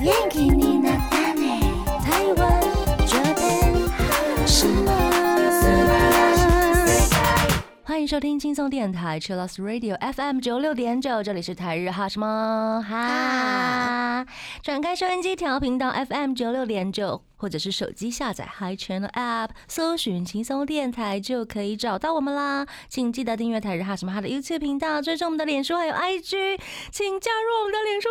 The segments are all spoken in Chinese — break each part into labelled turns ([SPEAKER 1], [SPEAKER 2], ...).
[SPEAKER 1] 元気になったね台湾这边什么
[SPEAKER 2] 欢迎收听轻松电台 Chillus Radio FM 九六点九，这里是台日哈什么哈，转开收音机调频到 FM 九六点九，或者是手机下载 Hi Channel App，搜寻轻松电台就可以找到我们啦。请记得订阅台日哈什么哈的 YouTube 频道，追踪我们的脸书还有 IG，请加入我们的脸书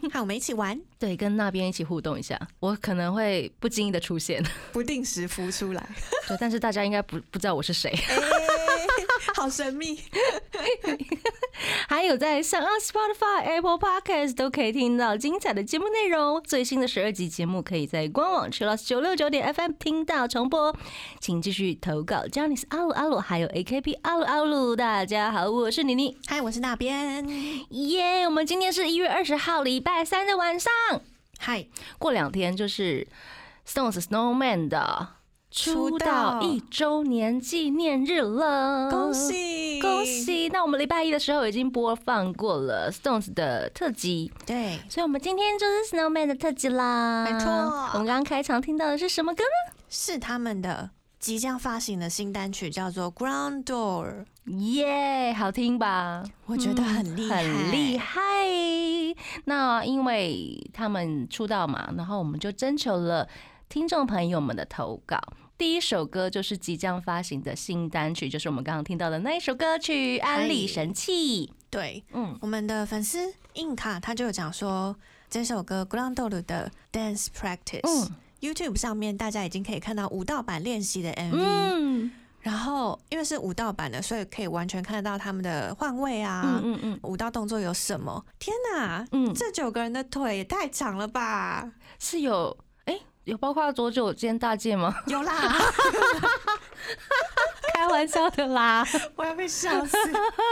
[SPEAKER 2] 社团，
[SPEAKER 3] 看我们一起玩，
[SPEAKER 2] 对，跟那边一起互动一下，我可能会不经意的出现，
[SPEAKER 3] 不定时浮出来，
[SPEAKER 2] 对，但是大家应该不不知道我是谁。
[SPEAKER 3] 哎好神秘。
[SPEAKER 2] 还有在上岸 Spotify、Apple Podcast 都可以听到精彩的节目内容。最新的十二集节目可以在官网 c h i l l 九六九点 FM 听到重播。请继续投稿 j a n i c e 阿鲁阿鲁，还有 AKB 阿鲁阿鲁。大家好，我是妮妮。
[SPEAKER 3] 嗨，我是那边。
[SPEAKER 2] 耶、我们今天是一月二十号礼拜三的晚上，
[SPEAKER 3] 嗨，
[SPEAKER 2] 过两天就是 Stones Snowman 的出
[SPEAKER 3] 出
[SPEAKER 2] 道
[SPEAKER 3] 道
[SPEAKER 2] 一周年纪念日了，
[SPEAKER 3] 呃恭！喜
[SPEAKER 2] 恭！喜！那我们礼拜一的时候已经播放过了 Stones 的特辑，
[SPEAKER 3] 对，
[SPEAKER 2] 所以我们今天就是 Snowman 的特辑啦。
[SPEAKER 3] 没错
[SPEAKER 2] 我们刚刚开场听到的是什么歌
[SPEAKER 3] 是他们的即将发行的新单曲，叫做《Ground Door》，
[SPEAKER 2] 呢？耶、好听吧？
[SPEAKER 3] 我觉得嗯很厉害，
[SPEAKER 2] 很厉害。那因为他们出道嘛，然后我们就征求了听众朋友们的投稿。第一首歌就是即将发行的新单曲，就是我们刚刚听到的那一首歌曲《安利神器》。
[SPEAKER 3] 对，
[SPEAKER 2] 嗯，
[SPEAKER 3] 我们的粉丝硬卡他就有讲说，这首歌《Ground Door》的 Dance Practice、
[SPEAKER 2] 嗯
[SPEAKER 3] YouTube 上面大家已经可以看到舞蹈版练习的 MV，、
[SPEAKER 2] 嗯
[SPEAKER 3] 然后因为是舞蹈版的，所以可以完全看得到他们的换位啊，
[SPEAKER 2] 嗯嗯嗯
[SPEAKER 3] 舞蹈动作有什么？天哪，
[SPEAKER 2] 嗯，
[SPEAKER 3] 这九个人的腿也太长了 吧？
[SPEAKER 2] 是有哎、有包括左手肩大戒吗？
[SPEAKER 3] 有啦，
[SPEAKER 2] 开玩笑的啦。
[SPEAKER 3] 我要被笑死！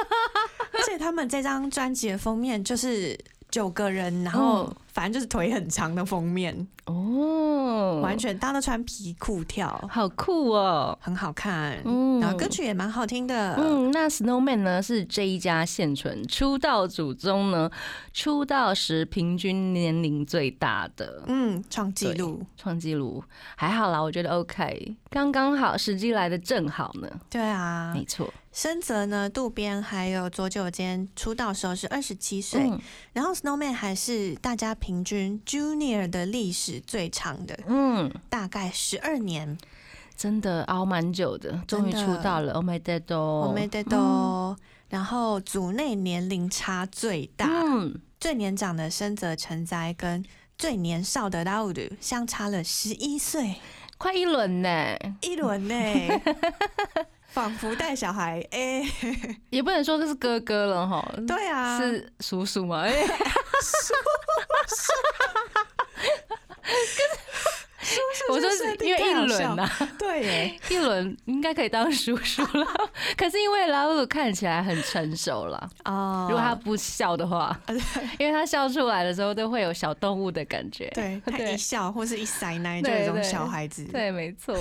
[SPEAKER 3] 而且他们这张专辑的封面就是九个人，然后
[SPEAKER 2] 嗯
[SPEAKER 3] 反正就是腿很长的封面，
[SPEAKER 2] 哦，
[SPEAKER 3] 完全大家都穿皮裤跳，
[SPEAKER 2] 好酷哦。
[SPEAKER 3] 很好看。
[SPEAKER 2] 嗯
[SPEAKER 3] 然后歌曲也蛮好听的，
[SPEAKER 2] 嗯，那 Snowman 呢是这一家现存出道组中呢，出道时平均年龄最大的
[SPEAKER 3] 嗯，创纪录，
[SPEAKER 2] 创纪录，还好啦，我觉得 OK，刚刚好，时机来的正好呢，
[SPEAKER 3] 对啊
[SPEAKER 2] 没。错，
[SPEAKER 3] 深泽呢，渡边还有左九间出道时候是二十七岁，
[SPEAKER 2] 嗯
[SPEAKER 3] 然后 Snowman 还是大家平均 Junior 的历史最长的，
[SPEAKER 2] 嗯，
[SPEAKER 3] 大概十二年。
[SPEAKER 2] 真的熬蛮久的，终于
[SPEAKER 3] 真
[SPEAKER 2] 出
[SPEAKER 3] 的
[SPEAKER 2] 道了，Oh my dad
[SPEAKER 3] 我
[SPEAKER 2] 哦
[SPEAKER 3] 们得都，然后组内年龄差最大，
[SPEAKER 2] 嗯，
[SPEAKER 3] 最年长的深泽成哉跟最年少的 Loud 相差了十一岁，
[SPEAKER 2] 快一轮呢，
[SPEAKER 3] 一 轮呢、仿佛带小孩哎、
[SPEAKER 2] 也不能说这是哥哥了哈，
[SPEAKER 3] 对啊，
[SPEAKER 2] 嗯是叔叔 吗？哎，我说是因为一轮啊
[SPEAKER 3] 呐、
[SPEAKER 2] 呐、
[SPEAKER 3] 对 耶，
[SPEAKER 2] 一轮应该可以当叔叔了。 可是因为拉鲁看起来很成熟了，
[SPEAKER 3] 哦啊
[SPEAKER 2] 如果他不笑的话， 因为他笑出来的时候都会有小动物的感觉。
[SPEAKER 3] 对 他
[SPEAKER 2] 对
[SPEAKER 3] 一笑或是一塞奶，就
[SPEAKER 2] 对
[SPEAKER 3] 有一种
[SPEAKER 2] 对
[SPEAKER 3] 小孩子。
[SPEAKER 2] 对，没 错。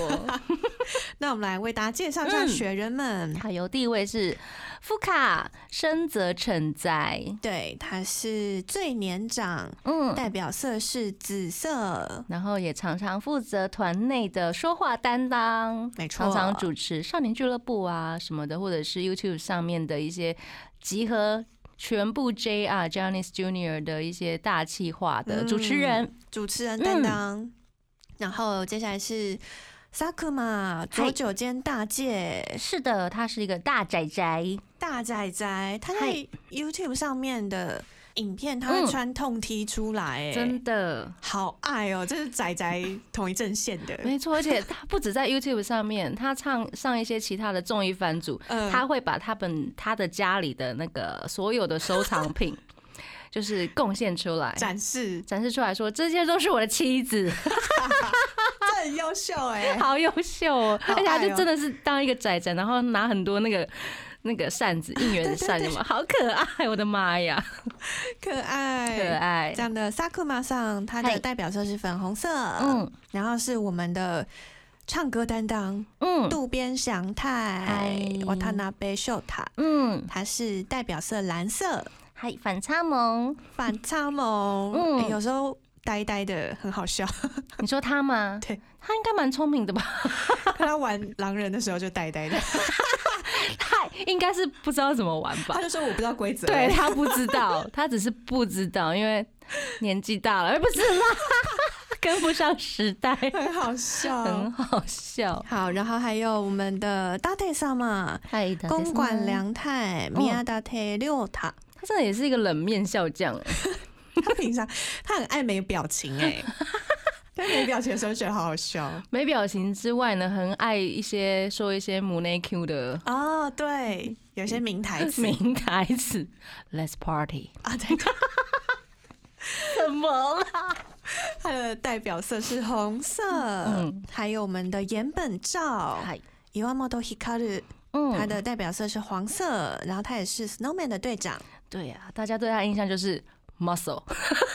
[SPEAKER 3] 那我们来为大家介绍一下
[SPEAKER 2] 嗯
[SPEAKER 3] 学人们。
[SPEAKER 2] 还有第一位是富卡深泽成哉，
[SPEAKER 3] 对，他是最年长，
[SPEAKER 2] 嗯，
[SPEAKER 3] 代表色是紫色，
[SPEAKER 2] 然后也常常负责团内的说话担当。
[SPEAKER 3] 没错。
[SPEAKER 2] 常常主持少年俱乐部啊什么的，或者是 YouTube 上面的一些集合全部 JR Johnny's Junior 的一些大气化的主
[SPEAKER 3] 嗯
[SPEAKER 2] 持人。嗯
[SPEAKER 3] 主持人担当。然后接下来是 Sakuma 左九间大介
[SPEAKER 2] 是的，他是一个大宅宅，
[SPEAKER 3] 大仔仔，他在
[SPEAKER 2] 嗨
[SPEAKER 3] YouTube 上面的影片，他会
[SPEAKER 2] 嗯
[SPEAKER 3] 穿痛 T 出来、哎、
[SPEAKER 2] 真的
[SPEAKER 3] 好爱哦！这是仔仔同一阵线的，
[SPEAKER 2] 没错。而且他不止在 YouTube 上面，他唱上一些其他的综艺番组，
[SPEAKER 3] 嗯
[SPEAKER 2] 他会把他们他的家里的那个所有的收藏品， 就是贡献出来，
[SPEAKER 3] 展示
[SPEAKER 2] 展示出来说这些都是我的妻子。
[SPEAKER 3] 这很优秀哎、
[SPEAKER 2] 好优秀哦！
[SPEAKER 3] 好
[SPEAKER 2] 而且他
[SPEAKER 3] 爱
[SPEAKER 2] 就
[SPEAKER 3] 哦
[SPEAKER 2] 真的是当一个仔仔，然后拿很多那个那个扇子，应援的扇子嘛，好可爱！我的妈呀，
[SPEAKER 3] 可
[SPEAKER 2] 可
[SPEAKER 3] 爱
[SPEAKER 2] 爱
[SPEAKER 3] 哎这！样的 Sakuma 上，它的
[SPEAKER 2] 嗨
[SPEAKER 3] 代表色是粉红色，
[SPEAKER 2] 嗯
[SPEAKER 3] 然后是我们的唱歌担当
[SPEAKER 2] 嗯
[SPEAKER 3] 渡边祥太
[SPEAKER 2] 嗨，
[SPEAKER 3] 我他那贝秀塔，
[SPEAKER 2] 嗯，
[SPEAKER 3] 它是代表色蓝色，
[SPEAKER 2] 嗨，反差萌，
[SPEAKER 3] 反差萌，
[SPEAKER 2] 嗯
[SPEAKER 3] 欸有时候呆呆的很好 笑。
[SPEAKER 2] 你说他吗？
[SPEAKER 3] 对，
[SPEAKER 2] 他应该蛮聪明的吧？
[SPEAKER 3] 他玩狼人的时候就呆呆的，
[SPEAKER 2] 他应该是不知道怎么玩吧
[SPEAKER 3] 他？就说我不知道规则。
[SPEAKER 2] 对，他不知道， 他只是不知道，因为年纪大了，而哎不是啦， 跟不上时 代，
[SPEAKER 3] 很好笑。
[SPEAKER 2] 很好笑。
[SPEAKER 3] 好，然后还有我们的大太萨嘛，
[SPEAKER 2] 嗨，嗯
[SPEAKER 3] 公馆，良太、米亚大太六塔，
[SPEAKER 2] 他真的也是一个冷面笑匠，哎
[SPEAKER 3] 他平常他很爱没表情哎、但没表情的时候觉得好好笑
[SPEAKER 2] 没表情之外呢，很爱一些说一些母内 Q 的
[SPEAKER 3] 哦，对，有些名台词
[SPEAKER 2] 名台词，Let's party，
[SPEAKER 3] 啊，对，
[SPEAKER 2] 怎么了？
[SPEAKER 3] 他的代表色是红色，
[SPEAKER 2] 嗯
[SPEAKER 3] 还有我们的岩本照
[SPEAKER 2] 嗨，
[SPEAKER 3] 伊万莫多 hikaru，
[SPEAKER 2] 嗯，
[SPEAKER 3] 他的代表色是黄色，然后他也是 Snowman 的队 长
[SPEAKER 2] 嗯对呀、大家对他的印象就是 muscle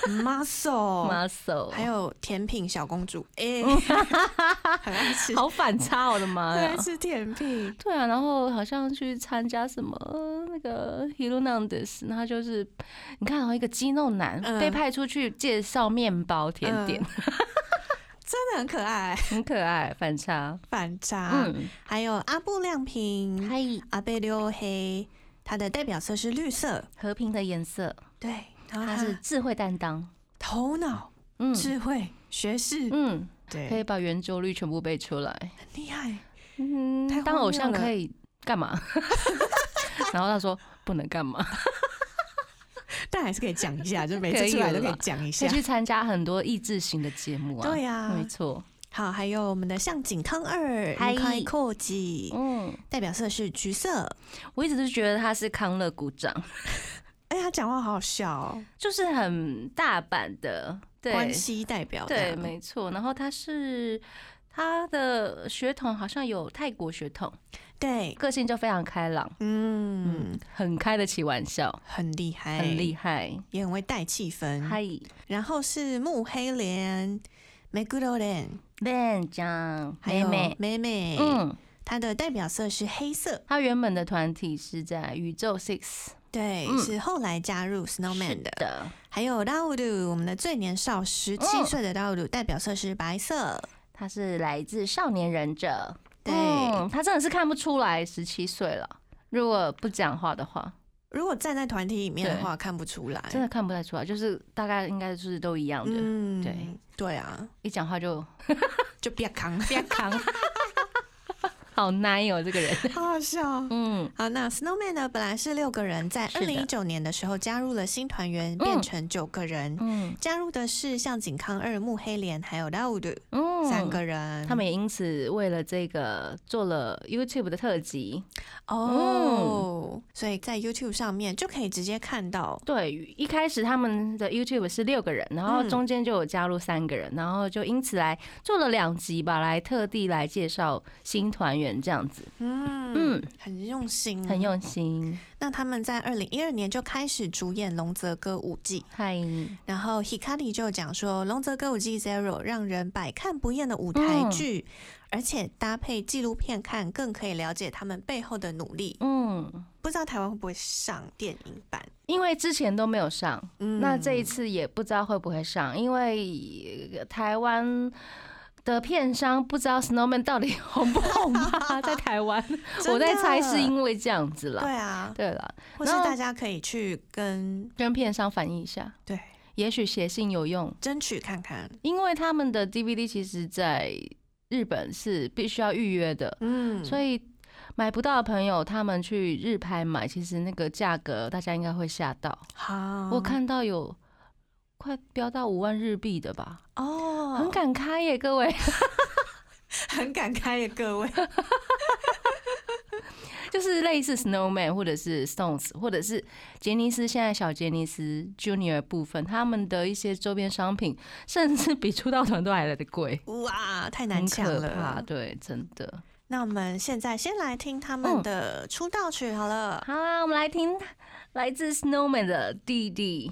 [SPEAKER 3] Muscle，
[SPEAKER 2] muscle，
[SPEAKER 3] 哦还有甜品小公主， 哎、很爱吃，
[SPEAKER 2] 好反差，哦我的妈
[SPEAKER 3] 很
[SPEAKER 2] 呀
[SPEAKER 3] 爱！吃甜品，
[SPEAKER 2] 对啊，然后好像去参加什么呃那个 h i l u n a n d e s 然后就是你看哦，一个肌肉男、
[SPEAKER 3] 嗯
[SPEAKER 2] 被派出去介绍面包甜点，
[SPEAKER 3] 真的很可爱，
[SPEAKER 2] 很可爱，反差。
[SPEAKER 3] 反差，
[SPEAKER 2] 嗯，
[SPEAKER 3] 还有阿布亮平、
[SPEAKER 2] 嗨，
[SPEAKER 3] 阿贝溜黑，它的代表色是绿色，
[SPEAKER 2] 和平的颜色，
[SPEAKER 3] 对，然后
[SPEAKER 2] 他
[SPEAKER 3] 它
[SPEAKER 2] 是
[SPEAKER 3] 是
[SPEAKER 2] 智慧担当。
[SPEAKER 3] 头脑、
[SPEAKER 2] 嗯
[SPEAKER 3] 智慧、学识，
[SPEAKER 2] 嗯，可以
[SPEAKER 3] 对，
[SPEAKER 2] 把圆周率全部背出来。
[SPEAKER 3] 很厉害，
[SPEAKER 2] 嗯
[SPEAKER 3] 太，荒
[SPEAKER 2] 当偶像
[SPEAKER 3] 谬了
[SPEAKER 2] 可以干嘛？ 然后他说不能干 嘛，
[SPEAKER 3] 但还是可以讲一 下，就每
[SPEAKER 2] 可以
[SPEAKER 3] 次出来都可
[SPEAKER 2] 了
[SPEAKER 3] 以
[SPEAKER 2] 啦
[SPEAKER 3] 讲
[SPEAKER 2] 可
[SPEAKER 3] 一下
[SPEAKER 2] 以。去参加很多益智型的节目啊。
[SPEAKER 3] 啊对、呀、
[SPEAKER 2] 没错。
[SPEAKER 3] 好，还有我们的向井康二、
[SPEAKER 2] 嗨
[SPEAKER 3] 开阔吉，
[SPEAKER 2] 嗯，
[SPEAKER 3] 代表色是橘色。
[SPEAKER 2] 我一直都觉得他是康乐鼓掌。
[SPEAKER 3] 哎、他讲话好好笑、哦，
[SPEAKER 2] 就是很大阪的，
[SPEAKER 3] 关
[SPEAKER 2] 对
[SPEAKER 3] 西代表的
[SPEAKER 2] 对，没错。然后他是他的血统好像有泰国血统，
[SPEAKER 3] 对，
[SPEAKER 2] 个性就非常开朗，
[SPEAKER 3] 嗯，
[SPEAKER 2] 很开得起玩笑，
[SPEAKER 3] 很厉害，
[SPEAKER 2] 很厉害。
[SPEAKER 3] 也很会带气氛。
[SPEAKER 2] 嗨
[SPEAKER 3] 然后是木黑莲、梅古罗莲，
[SPEAKER 2] ，Van 酱
[SPEAKER 3] 还
[SPEAKER 2] 妹
[SPEAKER 3] 有
[SPEAKER 2] 妹，
[SPEAKER 3] 妹妹，
[SPEAKER 2] 嗯，
[SPEAKER 3] 它的代表色是黑色，
[SPEAKER 2] 他原本的团体是在宇宙 Six
[SPEAKER 3] 对，
[SPEAKER 2] 嗯
[SPEAKER 3] 是后来加入 Snowman 的。
[SPEAKER 2] 的，
[SPEAKER 3] 还有 Laud，我们的最年少十七
[SPEAKER 2] 嗯
[SPEAKER 3] 岁的 Laud，代表色是白色，
[SPEAKER 2] 他是来自少年忍者。
[SPEAKER 3] 对。
[SPEAKER 2] 嗯，他真的是看不出来十七岁了。如果不讲话的话，
[SPEAKER 3] 如果站在团体里面的
[SPEAKER 2] 对
[SPEAKER 3] 话，看不出来，
[SPEAKER 2] 真的看不太出来，就是大概应该是都一样的，
[SPEAKER 3] 哎嗯
[SPEAKER 2] 对
[SPEAKER 3] 对啊，
[SPEAKER 2] 一讲话就
[SPEAKER 3] 就不要 扛，
[SPEAKER 2] 别扛，好 nice 哦，这 个人。
[SPEAKER 3] 好好笑。
[SPEAKER 2] 嗯，
[SPEAKER 3] 好，那 Snowman 呢？本来是六个人，在二
[SPEAKER 2] 是的
[SPEAKER 3] 零一九年的时候加入了新团员，变成九个人。
[SPEAKER 2] 嗯
[SPEAKER 3] 加入的是向井康二、木黑莲还有 Laud
[SPEAKER 2] 嗯
[SPEAKER 3] 三个人。
[SPEAKER 2] 他们也因此为了这个做了 YouTube 的特辑，
[SPEAKER 3] 嗯哦，所以在 YouTube 上面就可以直接看到。
[SPEAKER 2] 对，一开始他们的 YouTube 是六个人，然后
[SPEAKER 3] 嗯
[SPEAKER 2] 中间就有加入三个人，然后就因此来做了两集吧，来特地来介绍新团员这样子，
[SPEAKER 3] 嗯
[SPEAKER 2] 嗯，
[SPEAKER 3] 很用心，哦
[SPEAKER 2] 很。用心。
[SPEAKER 3] 那他们在二零一二年就开始主演《龙泽歌舞伎》，
[SPEAKER 2] 嗨，
[SPEAKER 3] 然后 Hikari 就讲说，《龙泽歌舞
[SPEAKER 2] 嗯
[SPEAKER 3] 伎 Zero》让人百看不厌的舞台剧，而且搭配纪录片看，更可以了解他们背后的努力。
[SPEAKER 2] 嗯，
[SPEAKER 3] 不知道台湾会不会上电影版？
[SPEAKER 2] 因为之前都没有上，
[SPEAKER 3] 嗯
[SPEAKER 2] 那这一次也不知道会不会上，因为呃台湾的片商不知道 Snowman 到底 红不红吧，在台湾，我在猜是
[SPEAKER 3] 为
[SPEAKER 2] 因为这样子
[SPEAKER 3] 对
[SPEAKER 2] 啦。
[SPEAKER 3] 啊，
[SPEAKER 2] 对了，
[SPEAKER 3] 或是
[SPEAKER 2] 然后
[SPEAKER 3] 大家可以去跟
[SPEAKER 2] 跟片商反映一下，
[SPEAKER 3] 对
[SPEAKER 2] 也许写信有用，
[SPEAKER 3] 争取看看。
[SPEAKER 2] 因为他们的 DVD 其实在日本是必须要预约的，
[SPEAKER 3] 嗯
[SPEAKER 2] 所以。买不到的朋友，他们去日拍买，其实那个价格大家应该会吓到。
[SPEAKER 3] 好，
[SPEAKER 2] 我看到有快飙到五万日币的吧，
[SPEAKER 3] 哦，
[SPEAKER 2] 很 敢开耶，各位，
[SPEAKER 3] 很感慨耶，各位。
[SPEAKER 2] 就是类似 Snowman 或者是 Stones 或者是杰尼斯，现在小杰尼斯 Junior 部分，他们的一些周边商品，甚至比出道团都还来的贵，
[SPEAKER 3] 哇，太难
[SPEAKER 2] 很
[SPEAKER 3] 抢
[SPEAKER 2] 可怕，
[SPEAKER 3] 了。
[SPEAKER 2] 对，真的。
[SPEAKER 3] 那我们现在先来听他们的
[SPEAKER 2] 嗯
[SPEAKER 3] 出道曲好了。
[SPEAKER 2] 好啦，我们来听来自 Snowman 的弟弟，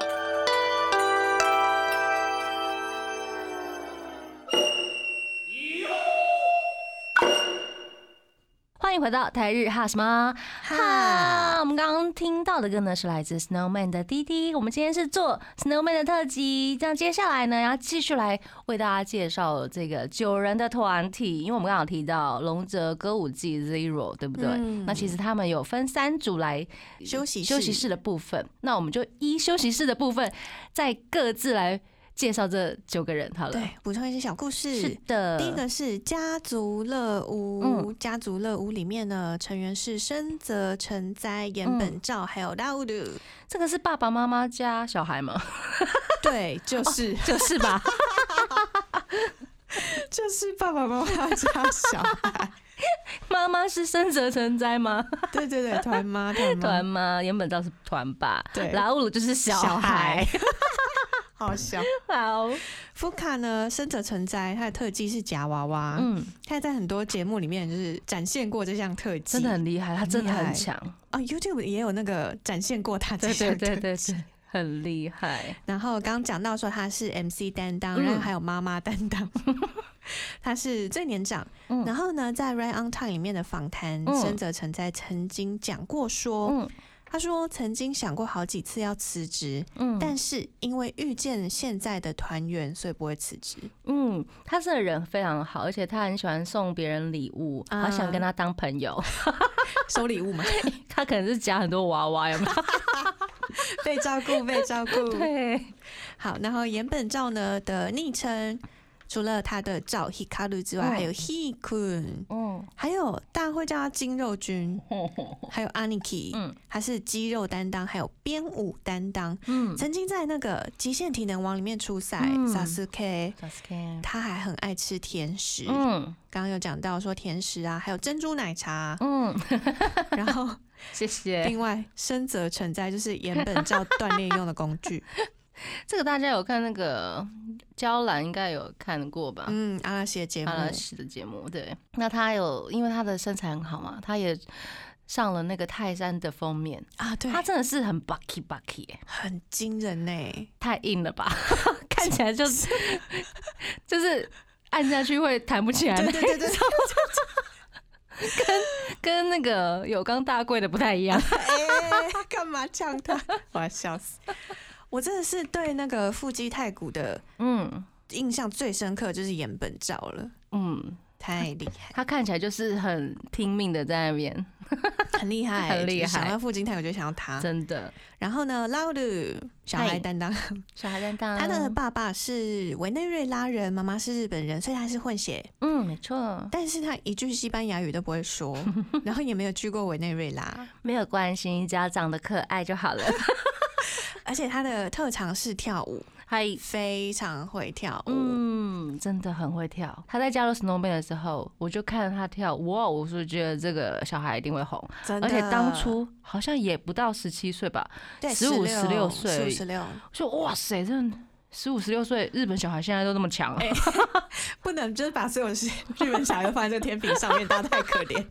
[SPEAKER 2] 欢迎回到台日哈什么哈。我们刚刚听到的歌呢是来自 Snowman 的《滴滴》，我们今天是做 Snowman 的特辑，那接下来呢要继续来为大家介绍这个九人的团体，因为我们刚刚有提到龙泽歌舞伎 Zero，对不对？
[SPEAKER 3] 嗯
[SPEAKER 2] 那其实他们有分三组来
[SPEAKER 3] 休息
[SPEAKER 2] 哎休息室的部分，那我们就依休息室的部分再各自来介绍这九个人好了。
[SPEAKER 3] 对，补充一些小故事。
[SPEAKER 2] 是的，
[SPEAKER 3] 第一个是家族乐屋，
[SPEAKER 2] 嗯
[SPEAKER 3] 家族乐屋里面的成员是深泽成哉、岩本
[SPEAKER 2] 嗯
[SPEAKER 3] 照，还有大雾 鲁。
[SPEAKER 2] 这个是爸爸妈妈加小孩吗？
[SPEAKER 3] 对， 哦就是、
[SPEAKER 2] 就是吧？
[SPEAKER 3] 就是爸爸妈妈 加小孩。
[SPEAKER 2] 妈妈是深泽成灾吗？
[SPEAKER 3] 对对对，团妈团妈
[SPEAKER 2] 团妈原本倒是团爸，
[SPEAKER 3] 嗯对
[SPEAKER 2] 拉乌鲁就是小
[SPEAKER 3] 小
[SPEAKER 2] 孩
[SPEAKER 3] 孩。好笑。
[SPEAKER 2] 好，
[SPEAKER 3] 福卡呢，深泽成哉，他的特技是夹娃娃，
[SPEAKER 2] 嗯，
[SPEAKER 3] 他也在很多节目里面就是展现过这项特技。
[SPEAKER 2] 真的很厉害，他真的
[SPEAKER 3] 很
[SPEAKER 2] 很
[SPEAKER 3] 厉害
[SPEAKER 2] 强，
[SPEAKER 3] 啊、y o u t u b e 也有那个展现过他这
[SPEAKER 2] 对
[SPEAKER 3] 项
[SPEAKER 2] 对
[SPEAKER 3] 特技。
[SPEAKER 2] 对对对，很厉害。
[SPEAKER 3] 然后刚刚讲到说他是 MC 担当，
[SPEAKER 2] 嗯
[SPEAKER 3] 然后还有妈妈担当， 他是最年长。
[SPEAKER 2] 嗯
[SPEAKER 3] 然后呢，在《Right on Time》里面的访谈，
[SPEAKER 2] 嗯
[SPEAKER 3] 深泽成在曾经讲过说，
[SPEAKER 2] 嗯
[SPEAKER 3] 他说曾经想过好几次要辞职，
[SPEAKER 2] 嗯，
[SPEAKER 3] 但是因为遇见现在的团员，所以不会辞职。
[SPEAKER 2] 嗯，他这个人非常好，而且他很喜欢送别人礼物，
[SPEAKER 3] 啊
[SPEAKER 2] 好想跟他当朋友。
[SPEAKER 3] 收礼物嘛，
[SPEAKER 2] 他可能是夹很多娃娃，有没有？
[SPEAKER 3] 被照顾，被照顾。
[SPEAKER 2] 对，
[SPEAKER 3] 好，然后岩本照呢的昵称，除了他的照 Hikaru 之外，
[SPEAKER 2] 嗯
[SPEAKER 3] 还有 Hikun，
[SPEAKER 2] 嗯，
[SPEAKER 3] 还有大家会叫他筋肉君。还有 Aniki，
[SPEAKER 2] 嗯
[SPEAKER 3] 他是肌肉担当，还有编舞担当，
[SPEAKER 2] 嗯
[SPEAKER 3] 曾经在那个《极限体能王》里面出赛
[SPEAKER 2] 嗯
[SPEAKER 3] ，Sasuke。
[SPEAKER 2] Sasuke
[SPEAKER 3] 他还很爱吃甜食，刚
[SPEAKER 2] 嗯。
[SPEAKER 3] 刚有讲到说甜食啊，还有珍珠奶茶
[SPEAKER 2] 嗯，
[SPEAKER 3] 然后
[SPEAKER 2] 谢谢。
[SPEAKER 3] 另外，深泽成哉就是岩本照锻炼用的工 具，
[SPEAKER 2] 这个大家有看那个娇兰，应该有看过吧？
[SPEAKER 3] 嗯，阿拉西的节目
[SPEAKER 2] 阿，拉斯的节目，对。那他有，因为他的身材很好嘛，他也上了那个泰山的封面，
[SPEAKER 3] 啊，对，
[SPEAKER 2] 他真的是很 bucky bucky，、欸、
[SPEAKER 3] 很惊人呢。
[SPEAKER 2] 太硬了吧， 看起来就是 就是按下去会弹不起来
[SPEAKER 3] 对
[SPEAKER 2] 那，
[SPEAKER 3] 对对对，
[SPEAKER 2] 跟那个有刚大贵的不太一 样。
[SPEAKER 3] 哎，干嘛呛他？ 我要笑死！我真的是对那个腹肌太鼓的
[SPEAKER 2] 嗯
[SPEAKER 3] 印象最深刻就是岩本照了，
[SPEAKER 2] 嗯，
[SPEAKER 3] 太厉 害，
[SPEAKER 2] 他看起来就是很拼命的在那边，
[SPEAKER 3] 很厉害，
[SPEAKER 2] 很厉害
[SPEAKER 3] 想到附近太，我就想到他。
[SPEAKER 2] 真的。
[SPEAKER 3] 然后呢 l a u d 小
[SPEAKER 2] 嗨嗯
[SPEAKER 3] 孩担当，
[SPEAKER 2] 小孩担当，
[SPEAKER 3] 他的爸爸是委内瑞拉人，妈妈是日本人，所以他是混血，
[SPEAKER 2] 嗯，没错，
[SPEAKER 3] 但是他一句西班牙语都不 会说，然后也没有去过委内瑞拉，
[SPEAKER 2] 没有关系，只要长得可爱就好了。
[SPEAKER 3] 而且他的特长是跳舞，
[SPEAKER 2] 嗨，
[SPEAKER 3] 非常会跳舞。
[SPEAKER 2] 嗯，真的很会跳。他在加入 Snowman 的时候，我就看他跳，哇！哦我是觉得这个小孩一定会红，
[SPEAKER 3] 真的，
[SPEAKER 2] 而且当初好像也不到十七岁吧，
[SPEAKER 3] 对
[SPEAKER 2] 15 16岁
[SPEAKER 3] 十五十六，
[SPEAKER 2] 我说哇塞，这十五十六岁日本小孩现在都那么强、啊，
[SPEAKER 3] 不能就是把所有事日本小孩都放在这个天平上面，大家太可 怜。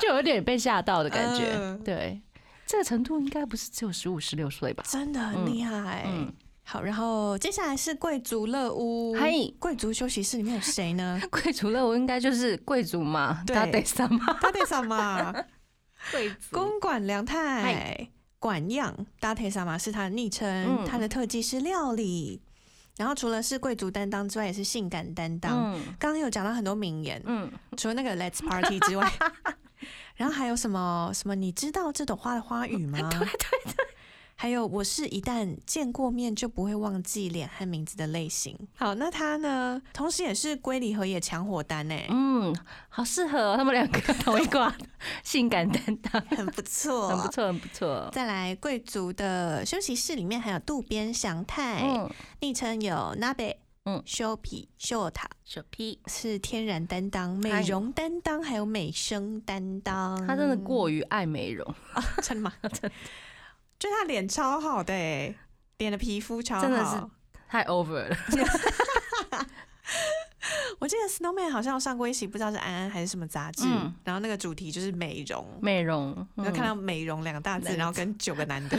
[SPEAKER 2] 就有点被吓到的感觉。
[SPEAKER 3] 嗯
[SPEAKER 2] 对，这个程度应该不是只有十五十六 岁吧？
[SPEAKER 3] 真的很厉害。
[SPEAKER 2] 嗯，
[SPEAKER 3] 好，然后接下来是贵族乐屋。
[SPEAKER 2] 嗨？
[SPEAKER 3] 贵族休息室里面有谁呢
[SPEAKER 2] 贵族乐我应该就是贵族嘛，
[SPEAKER 3] 对
[SPEAKER 2] 他得什么
[SPEAKER 3] 大队萨嘛，
[SPEAKER 2] 贵？
[SPEAKER 3] 公馆良太，管样大队萨嘛是他的昵称
[SPEAKER 2] 嗯，
[SPEAKER 3] 他的特技是料理。然后除了是贵族担当之外，也是性感担当。
[SPEAKER 2] 嗯
[SPEAKER 3] 刚刚有讲到很多名言，
[SPEAKER 2] 嗯，
[SPEAKER 3] 除了那个 Let's Party 之 外，然后还有什么什么？你知道这朵花的花语吗？ 对对对。还有，我是一旦见过面就不会忘记脸和名字的类型。好，那他呢，同时也是龟梨和也强火欸单呢，
[SPEAKER 2] 嗯，好适合、哦、他们两个同一挂，性感担当，
[SPEAKER 3] 很不错，
[SPEAKER 2] 很不。错，很不错。
[SPEAKER 3] 再来，贵族的休息室里面还有渡边祥太，
[SPEAKER 2] 嗯，
[SPEAKER 3] 昵称有 Nabe，
[SPEAKER 2] 嗯
[SPEAKER 3] 嗯，修皮秀塔
[SPEAKER 2] 小 P，
[SPEAKER 3] 是天然担当、美
[SPEAKER 2] 嗨
[SPEAKER 3] 容担当，还有美声担当。
[SPEAKER 2] 他真的过于爱美容，
[SPEAKER 3] 真 的吗？真的，就他脸超好的、欸，脸的皮肤超好。
[SPEAKER 2] 真的是，太 over 了。
[SPEAKER 3] 我记得 Snowman 好像有上过一期，不知道是安安还是什么杂志，
[SPEAKER 2] 嗯
[SPEAKER 3] 然后那个主题就是美容。
[SPEAKER 2] 美容，
[SPEAKER 3] 你
[SPEAKER 2] 嗯
[SPEAKER 3] 就看到“美容”两个大
[SPEAKER 2] 两
[SPEAKER 3] 字，
[SPEAKER 2] 个字
[SPEAKER 3] 然后跟九个男的，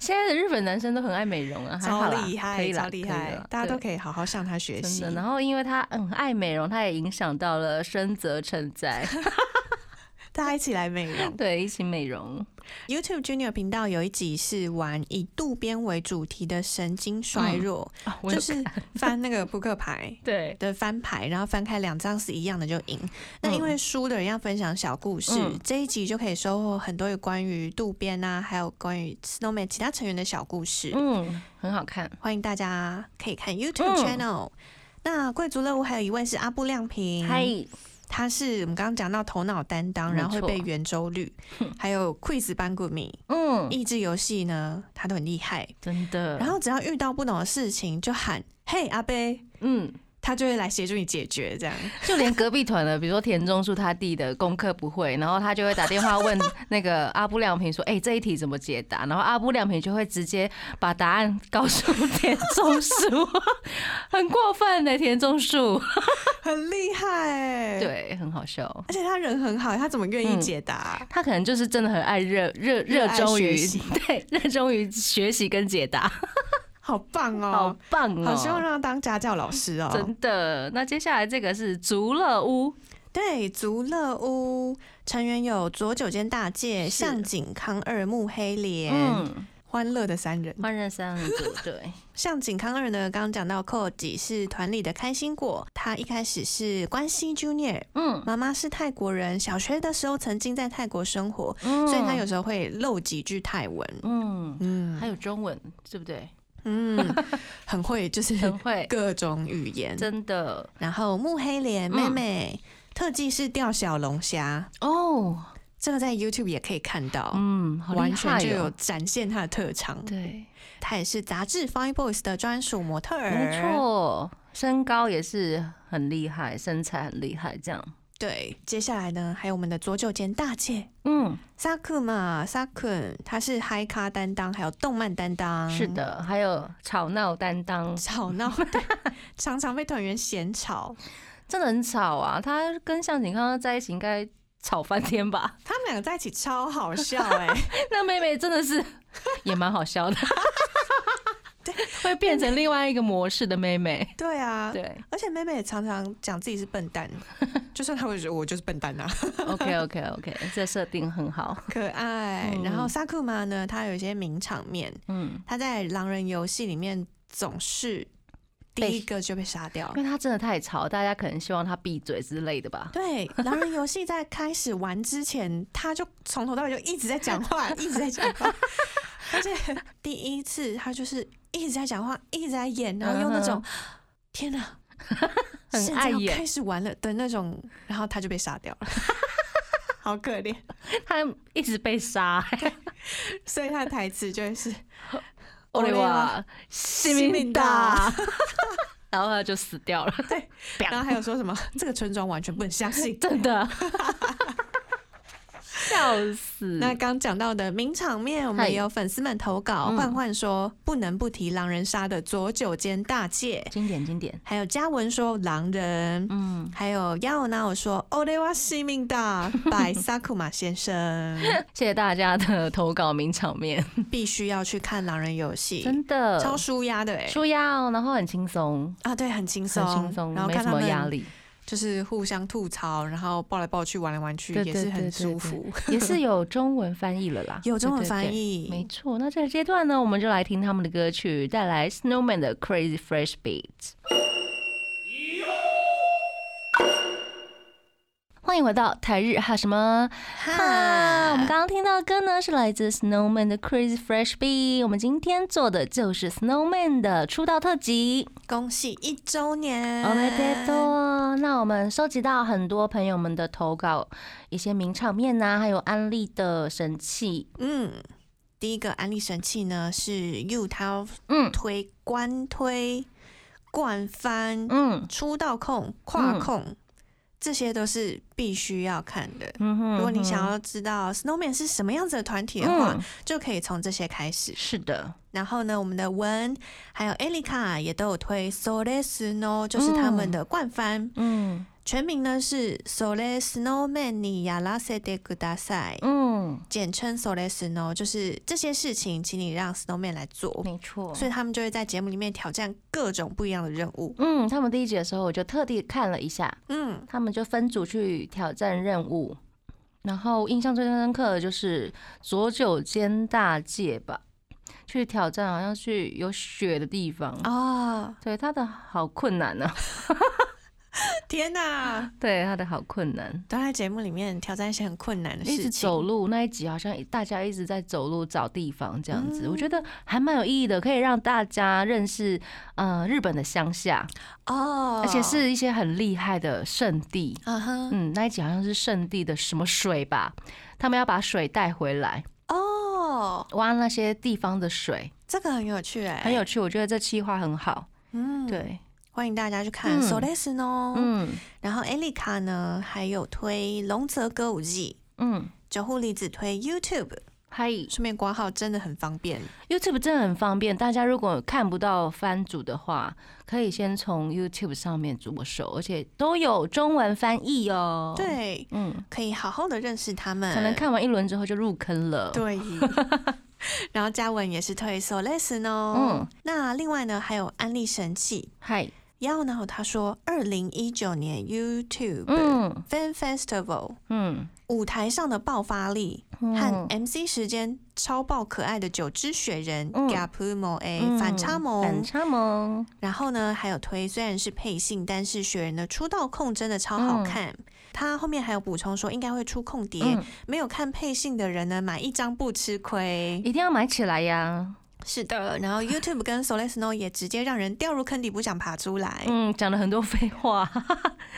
[SPEAKER 2] 现在的日本男生都很爱美容啊， 还好
[SPEAKER 3] 超
[SPEAKER 2] 啦
[SPEAKER 3] 厉害，
[SPEAKER 2] 可以啦
[SPEAKER 3] 超厉
[SPEAKER 2] 可以
[SPEAKER 3] 害
[SPEAKER 2] 啦，
[SPEAKER 3] 大家都
[SPEAKER 2] 对
[SPEAKER 3] 可以好好向他学
[SPEAKER 2] 真
[SPEAKER 3] 习
[SPEAKER 2] 的。。然后因为他很爱美容，他也影响到了深泽成 哉，
[SPEAKER 3] 大家一起来美 容。
[SPEAKER 2] 对，一起美容。
[SPEAKER 3] YouTube Junior 频道有一集是玩以渡边为主题的神经衰弱，
[SPEAKER 2] 啊我有。
[SPEAKER 3] 就是翻那个扑克牌
[SPEAKER 2] 对，
[SPEAKER 3] 的翻牌，然后翻开两张是一样的就赢。那因为输的人要分享小故事，
[SPEAKER 2] 嗯
[SPEAKER 3] 这一集就可以收获很多有关于渡边啊，还有关于 Snowman 其他成员的小故事。
[SPEAKER 2] 嗯，很好看。
[SPEAKER 3] 欢迎大家可以看 YouTube
[SPEAKER 2] 嗯
[SPEAKER 3] channel。那贵族乐屋还有一位是阿布亮平，
[SPEAKER 2] 嗨，
[SPEAKER 3] 他是我们刚刚讲到头脑担当，
[SPEAKER 2] 没
[SPEAKER 3] 然后会
[SPEAKER 2] 错
[SPEAKER 3] 被圆周率，还有 Quiz 班谷米
[SPEAKER 2] 嗯，
[SPEAKER 3] 益智游戏呢，他都很厉害。
[SPEAKER 2] 真的。
[SPEAKER 3] 然后只要遇到不懂的事情，就喊“嘿阿贝
[SPEAKER 2] 嗯，”，
[SPEAKER 3] 他就会来协助你解决。这样
[SPEAKER 2] 就连隔壁团的，比如说田中树他弟的功课不会，然后他就会打电话问那个阿布亮平说：“哎、这一题怎么解答？”然后阿布亮平就会直接把答案告诉田中树， 很过分的、田中树，
[SPEAKER 3] 很厉害、欸，，
[SPEAKER 2] 对，很好笑。
[SPEAKER 3] 而且他人很好，他怎么愿意
[SPEAKER 2] 嗯
[SPEAKER 3] 解答？
[SPEAKER 2] 他可能就是真的很爱热热热
[SPEAKER 3] 热爱
[SPEAKER 2] 衷于
[SPEAKER 3] 学习
[SPEAKER 2] 对热衷于学习跟解答，
[SPEAKER 3] 好棒
[SPEAKER 2] 好
[SPEAKER 3] 哦！
[SPEAKER 2] 棒哦！
[SPEAKER 3] 好希望让他当家教老师哦。
[SPEAKER 2] 真的。那接下来这个是竹乐屋，
[SPEAKER 3] 对，足乐屋成员有佐久间大介、向井康二、木黑莲，
[SPEAKER 2] 嗯，
[SPEAKER 3] 欢乐的三人。
[SPEAKER 2] 换任三人组，对，
[SPEAKER 3] 向井康二呢，刚刚讲到 Koji 是团里的开心果，他一开始是关西 Junior，
[SPEAKER 2] 嗯，
[SPEAKER 3] 妈妈是泰国人，小学的时候曾经在泰国生活， 所以他有时候会漏几句泰文。
[SPEAKER 2] 嗯，
[SPEAKER 3] 嗯
[SPEAKER 2] 还有中文，对不 对？
[SPEAKER 3] 嗯，很会就是
[SPEAKER 2] 很会，
[SPEAKER 3] 各种语言。
[SPEAKER 2] 真的
[SPEAKER 3] 然后木黑莲
[SPEAKER 2] 嗯
[SPEAKER 3] 妹妹、特技是钓小龙虾，
[SPEAKER 2] 哦，
[SPEAKER 3] 这个在 YouTube 也可以看到。
[SPEAKER 2] 嗯，好厉
[SPEAKER 3] 完全
[SPEAKER 2] 害
[SPEAKER 3] 就有
[SPEAKER 2] 哟，
[SPEAKER 3] 展现他的特长。
[SPEAKER 2] 对，
[SPEAKER 3] 他也是杂志《Fine Boys》的专属模特儿，
[SPEAKER 2] 没。错，身高也是很厉害，身材很厉害，这样，
[SPEAKER 3] 对，接下来呢，还有我们的左九间大介
[SPEAKER 2] 嗯，
[SPEAKER 3] Sakun 嘛，Sakun，他是嗨咖担当，还有动漫担当。
[SPEAKER 2] 是，的，还有吵闹担当，
[SPEAKER 3] 吵 闹，对常常被团员嫌吵。
[SPEAKER 2] 真的很吵啊！他跟向井康在一起应该吵翻天吧？
[SPEAKER 3] 他们两个在一起超好笑哎、
[SPEAKER 2] 那妹妹真的是 也蛮好笑 的，会变成另外一个模式的妹妹。
[SPEAKER 3] 对啊，
[SPEAKER 2] 对
[SPEAKER 3] 而且妹妹也常常讲自己是笨蛋， 就算她会觉得我就是笨蛋啊，
[SPEAKER 2] ，OK OK OK，这设定很好。
[SPEAKER 3] 可爱。
[SPEAKER 2] 嗯
[SPEAKER 3] 然后 Sakun 嘛呢，他有一些名场面，
[SPEAKER 2] 嗯，
[SPEAKER 3] 他在狼人游戏里面总是第一个就被杀掉
[SPEAKER 2] 因。为她真的太吵，大家可能希望她闭嘴之类的 吧。
[SPEAKER 3] 对，狼人游戏在开始玩之前，他就从头到尾就一直在讲话，一直在讲 话，而且第一次他就是一直在讲话，一直在演，然后用那种、
[SPEAKER 2] 嗯
[SPEAKER 3] 天哪，
[SPEAKER 2] 很
[SPEAKER 3] 现在
[SPEAKER 2] 爱
[SPEAKER 3] 要
[SPEAKER 2] 演
[SPEAKER 3] 开始玩了的那种，然后他就被杀掉 了，好可怜。
[SPEAKER 2] 她一直被杀、
[SPEAKER 3] 所以他的台词就会是
[SPEAKER 2] 我
[SPEAKER 3] 俺は
[SPEAKER 2] 哇，哦啊性命 大，然后她就死掉了。
[SPEAKER 3] 然后还有说什么这个村庄完全不能 相 信，
[SPEAKER 2] 真的，笑死！
[SPEAKER 3] 那刚讲到的名场面，我们
[SPEAKER 2] 嗯嗨
[SPEAKER 3] 也有粉丝们投稿。
[SPEAKER 2] 嗯
[SPEAKER 3] 焕焕说，不能不提狼人杀的左九间大介，
[SPEAKER 2] 经典经典，
[SPEAKER 3] 还有嘉文说狼人，
[SPEAKER 2] 嗯，
[SPEAKER 3] 还有亚欧娜我说奥雷瓦西 命大 by 萨库马先生，
[SPEAKER 2] 谢谢大家的投稿名场面，
[SPEAKER 3] 必须要去看狼人游戏，
[SPEAKER 2] 真的
[SPEAKER 3] 超舒压的哎、
[SPEAKER 2] 舒压哦，然后很轻松，
[SPEAKER 3] 啊，对，很轻
[SPEAKER 2] 很
[SPEAKER 3] 松，
[SPEAKER 2] 轻松，
[SPEAKER 3] 然后
[SPEAKER 2] 没
[SPEAKER 3] 看
[SPEAKER 2] 什
[SPEAKER 3] 他
[SPEAKER 2] 么压
[SPEAKER 3] 们
[SPEAKER 2] 力，
[SPEAKER 3] 就是互相吐槽，然后抱来抱去，玩来玩去，
[SPEAKER 2] 对
[SPEAKER 3] 也是
[SPEAKER 2] 对
[SPEAKER 3] 很
[SPEAKER 2] 对
[SPEAKER 3] 舒
[SPEAKER 2] 对
[SPEAKER 3] 服。
[SPEAKER 2] 也是有中文翻译了啦，
[SPEAKER 3] 有中文
[SPEAKER 2] 对对对
[SPEAKER 3] 翻译，
[SPEAKER 2] 没错，那这个阶段呢，我们就来听他们的歌曲，带来 Snowman 的 Crazy Fresh Beat。欢迎回到台日哈什么哈？我们刚刚听到的歌呢，是来自 Snowman 的 Crazy Fresh Beat。我们今天做的就是 Snowman 的出道特辑。
[SPEAKER 3] 恭喜一周年，
[SPEAKER 2] 我们得多。那我们收集到很多朋友们的投稿，一些名场面呐、还有安利的神器。
[SPEAKER 3] 嗯，第一个安利神器呢是 U 他要
[SPEAKER 2] 嗯
[SPEAKER 3] 推官推、惯翻、
[SPEAKER 2] 嗯
[SPEAKER 3] 出道控、跨控，这些都是必须要看的。
[SPEAKER 2] 嗯哼
[SPEAKER 3] 如果你
[SPEAKER 2] 嗯
[SPEAKER 3] 想
[SPEAKER 2] 哼
[SPEAKER 3] 要知道 Snowman 是什么样子的团体的话，
[SPEAKER 2] 嗯
[SPEAKER 3] 就可以从这些开始。
[SPEAKER 2] 是的，
[SPEAKER 3] 然后呢，我们的文还有 Elika 也都有推 Soles No，就是他们的惯翻。
[SPEAKER 2] 嗯
[SPEAKER 3] 全名呢是 Sole Snowman ni yarase de kudasai，
[SPEAKER 2] 嗯，
[SPEAKER 3] 简称 Sole Snow，就是这些事情，请你让 Snowman 来做。
[SPEAKER 2] 没错。
[SPEAKER 3] 所以他们就会在节目里面挑战各种不一样的任务。
[SPEAKER 2] 嗯，他们第一集的时候我就特地看了一下，
[SPEAKER 3] 嗯，
[SPEAKER 2] 他们就分组去挑战任务。然后印象最深刻的就是左九间大介吧，去挑战好像去有雪的地方。
[SPEAKER 3] 哦，
[SPEAKER 2] 对他的好困难 呢、
[SPEAKER 3] 天哪！
[SPEAKER 2] 对他的好困难，
[SPEAKER 3] 都在节目里面挑战一些很困难的
[SPEAKER 2] 一直
[SPEAKER 3] 事情。
[SPEAKER 2] 走路那一集好像大家一直在走路找地方这样子，
[SPEAKER 3] 嗯
[SPEAKER 2] 我觉得还蛮有意义的，可以让大家认识呃日本的乡下，
[SPEAKER 3] 哦，
[SPEAKER 2] 而且是一些很厉害的圣地。
[SPEAKER 3] 啊哈，
[SPEAKER 2] 嗯，那一集好像是圣地的什么水吧，他们要把水带回来，
[SPEAKER 3] 哦，
[SPEAKER 2] 挖那些地方的水，
[SPEAKER 3] 这个很有趣哎，
[SPEAKER 2] 很有，趣。我觉得这企划很好，
[SPEAKER 3] 嗯，，
[SPEAKER 2] 对，
[SPEAKER 3] 欢迎大家去看
[SPEAKER 2] 嗯
[SPEAKER 3] s o l e s 哦。
[SPEAKER 2] 嗯
[SPEAKER 3] 然后 e l i k a 呢，还有推龙泽歌舞伎，
[SPEAKER 2] 嗯，
[SPEAKER 3] 九户离子推 YouTube，
[SPEAKER 2] 嗨
[SPEAKER 3] 顺便挂号真的很方便。
[SPEAKER 2] ，YouTube 真的很方便，大家如果看不到番组的话，可以先从 YouTube 上面着手，而且都有中文翻译哦。，
[SPEAKER 3] 对，
[SPEAKER 2] 嗯，
[SPEAKER 3] 可以好好的认识他们。
[SPEAKER 2] 可能看完一轮之后就入坑了。，
[SPEAKER 3] 对。 然后嘉文也是推 s o l e s 哦。
[SPEAKER 2] 嗯
[SPEAKER 3] 那另外呢，还有安利神器。
[SPEAKER 2] 嗨，
[SPEAKER 3] 然后呢，他说二零一九年 YouTube、
[SPEAKER 2] 嗯
[SPEAKER 3] Fan Festival
[SPEAKER 2] 嗯，
[SPEAKER 3] 舞台上的爆发力和
[SPEAKER 2] 嗯
[SPEAKER 3] MC 时间超爆可爱的九只雪人、
[SPEAKER 2] 嗯
[SPEAKER 3] Gapumo A、
[SPEAKER 2] 嗯
[SPEAKER 3] 反差
[SPEAKER 2] 反
[SPEAKER 3] 萌，
[SPEAKER 2] 差萌，
[SPEAKER 3] 然后呢还有推虽然是配信，但是雪人的出道控真的超好看。他后面还有补充说应该会出空碟，
[SPEAKER 2] 嗯，
[SPEAKER 3] 没有看配信的人呢买一张不吃亏。
[SPEAKER 2] 一定要买起来呀。
[SPEAKER 3] 是的， 然后 YouTube 跟 Sole Snow 也直接让人掉入坑底不想爬出来。
[SPEAKER 2] 嗯，讲了很多 废话。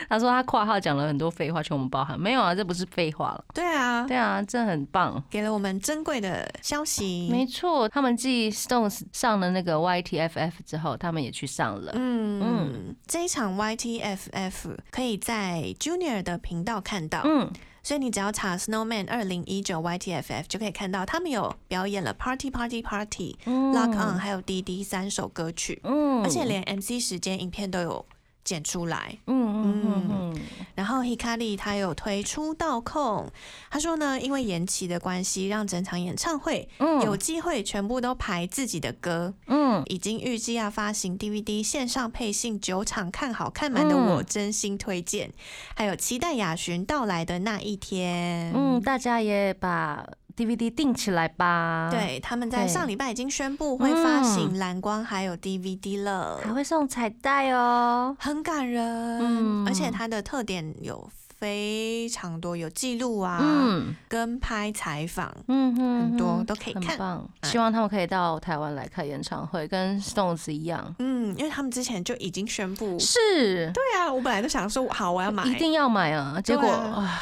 [SPEAKER 2] 他说他括号讲了很多废话，全部包含。没有啊，这不是废话了。
[SPEAKER 3] 对啊，
[SPEAKER 2] 对啊，这很棒。
[SPEAKER 3] 给了我们珍贵的消息。
[SPEAKER 2] 没错，他们继 Stones 上了那个 YTFF 之后，他们也去上了。
[SPEAKER 3] 嗯，这一场 YTFF 可以在 Junior 的频道看到，
[SPEAKER 2] 嗯，
[SPEAKER 3] 所以你只要查 Snowman 二零一九 YTFF 就可以看到他们有表演了 Party Party Party、
[SPEAKER 2] 嗯
[SPEAKER 3] Lock On 还有滴滴三首歌曲，
[SPEAKER 2] 嗯，
[SPEAKER 3] 而且连 MC 时间影片都有剪出来。
[SPEAKER 2] 嗯嗯嗯嗯，
[SPEAKER 3] 然后 Hikari 他有推出道控，他说呢，因为延期的关系，让整场演唱会
[SPEAKER 2] 嗯
[SPEAKER 3] 有机会全部都排自己的歌。
[SPEAKER 2] 嗯
[SPEAKER 3] 已经预计要发行 DVD 线上配信九场看好看满的我，
[SPEAKER 2] 嗯
[SPEAKER 3] 真心推荐。还有期待雅巡到来的那一天。
[SPEAKER 2] 嗯，大家也把 DVD 订起来吧。，
[SPEAKER 3] 对，他们
[SPEAKER 2] 啊
[SPEAKER 3] 在
[SPEAKER 2] 对嗯
[SPEAKER 3] 上礼拜已经宣布会发行蓝光还有 DVD 了，
[SPEAKER 2] 还会送彩带哦。
[SPEAKER 3] 很感人。
[SPEAKER 2] 嗯
[SPEAKER 3] 而且它的特点有非常多，有记录啊，
[SPEAKER 2] 嗯
[SPEAKER 3] 跟拍采访，
[SPEAKER 2] 嗯嗯，
[SPEAKER 3] 很多
[SPEAKER 2] 嗯
[SPEAKER 3] 都可以
[SPEAKER 2] 很
[SPEAKER 3] 看。
[SPEAKER 2] 棒。
[SPEAKER 3] 哎
[SPEAKER 2] 希望他们可以到台湾来看演唱会，跟 Stones 一样。
[SPEAKER 3] 嗯，因为他们之前就已经宣布，
[SPEAKER 2] 是，
[SPEAKER 3] 对啊，我本来就想说，好，我要买，
[SPEAKER 2] 一定要买啊！结果
[SPEAKER 3] 对啊
[SPEAKER 2] 啊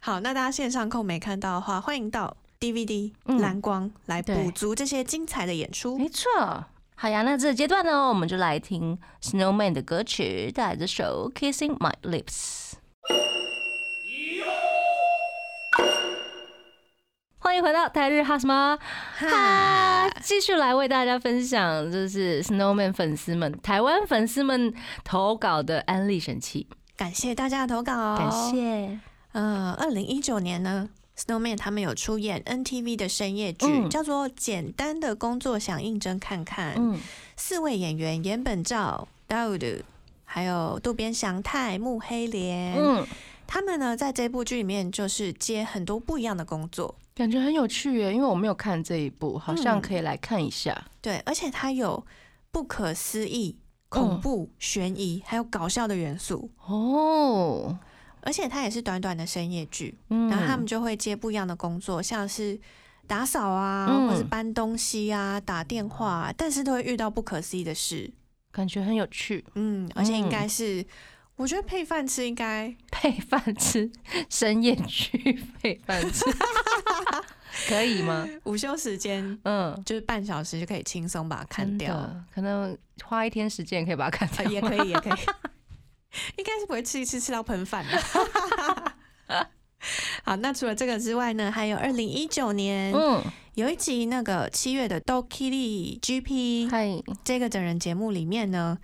[SPEAKER 3] 好，那大家线上控没看到的话，欢迎到 DVD、
[SPEAKER 2] 嗯
[SPEAKER 3] 蓝光来补
[SPEAKER 2] 对
[SPEAKER 3] 足这些精彩的演出。
[SPEAKER 2] 没错。好呀，那这个阶段呢，我们就来听 Snowman 的歌曲，带来这首《Kissing My Lips》。欢迎回到台日哈什么哈
[SPEAKER 3] 哈，，
[SPEAKER 2] 继续来为大家分享，就是 Snowman 粉丝们、台湾粉丝们投稿的安利神器，
[SPEAKER 3] 感谢大家的投稿，
[SPEAKER 2] 感。谢。
[SPEAKER 3] 嗯，二零一九年呢，Snowman 他们有出演 NTV 的深夜剧，
[SPEAKER 2] 嗯
[SPEAKER 3] 叫做《简单的工作想应征看看》。
[SPEAKER 2] 嗯
[SPEAKER 3] 四位演员岩本照、Daud，还有渡边祥太、木黑莲，
[SPEAKER 2] 嗯，
[SPEAKER 3] 他们呢在这部剧里面就是接很多不一样的工作。
[SPEAKER 2] 感觉很有趣耶，因为我没有看这一部，好像
[SPEAKER 3] 嗯
[SPEAKER 2] 可以来看一下。
[SPEAKER 3] 对，而且它有不可思议、恐
[SPEAKER 2] 嗯
[SPEAKER 3] 怖、悬疑，还有搞笑的元素。
[SPEAKER 2] 哦，
[SPEAKER 3] 而且它也是短短的深夜剧，
[SPEAKER 2] 嗯
[SPEAKER 3] 然后他们就会接不一样的工作，像是打扫啊，
[SPEAKER 2] 嗯
[SPEAKER 3] 或是搬东西啊、打电话啊、但是都会遇到不可思议的事。
[SPEAKER 2] 感觉很有趣，
[SPEAKER 3] 嗯，而且应
[SPEAKER 2] 嗯
[SPEAKER 3] 该是，我觉得配饭吃应该
[SPEAKER 2] 配饭吃，深夜去配饭 吃，可以吗？
[SPEAKER 3] 午休时间
[SPEAKER 2] 嗯，
[SPEAKER 3] 就是半小时就可以轻松把它看
[SPEAKER 2] 真
[SPEAKER 3] 掉，
[SPEAKER 2] 的，可能花一天时间也可以把它看
[SPEAKER 3] 呃
[SPEAKER 2] 掉，
[SPEAKER 3] 也可以，也可以， 应该是不会吃一次吃到喷饭的。 好，那除了这个之外呢，还有二零一九年、
[SPEAKER 2] 嗯，
[SPEAKER 3] 有一集那个七月的 Dokiri GP
[SPEAKER 2] 嗨，
[SPEAKER 3] 这个整人节目里面呢，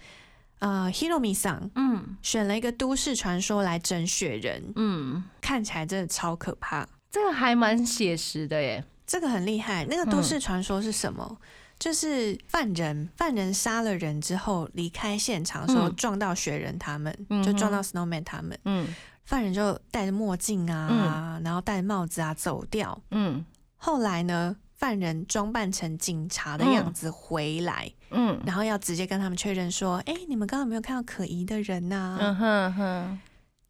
[SPEAKER 3] 呃 Hiromi 桑
[SPEAKER 2] 嗯
[SPEAKER 3] 选了一个都市传说来整雪人，
[SPEAKER 2] 嗯，
[SPEAKER 3] 看起来真的超可怕。
[SPEAKER 2] 这个还蛮写实的耶。
[SPEAKER 3] 这个很厉害。那个
[SPEAKER 2] 嗯
[SPEAKER 3] 都市传说是什么？就是犯人，犯人杀了人之后离开现场的时候
[SPEAKER 2] 嗯
[SPEAKER 3] 撞到雪人他们，
[SPEAKER 2] 嗯哼
[SPEAKER 3] 就撞到 Snowman 他们。
[SPEAKER 2] 嗯
[SPEAKER 3] 犯人就戴着墨镜啊，然后戴着帽子啊走掉。
[SPEAKER 2] 嗯
[SPEAKER 3] 后来呢，犯人装扮成警察的样子回来，
[SPEAKER 2] 嗯
[SPEAKER 3] 然后要直接跟他们确认说：“哎、你们刚刚有没有看到可疑的人呐、
[SPEAKER 2] 嗯哼哼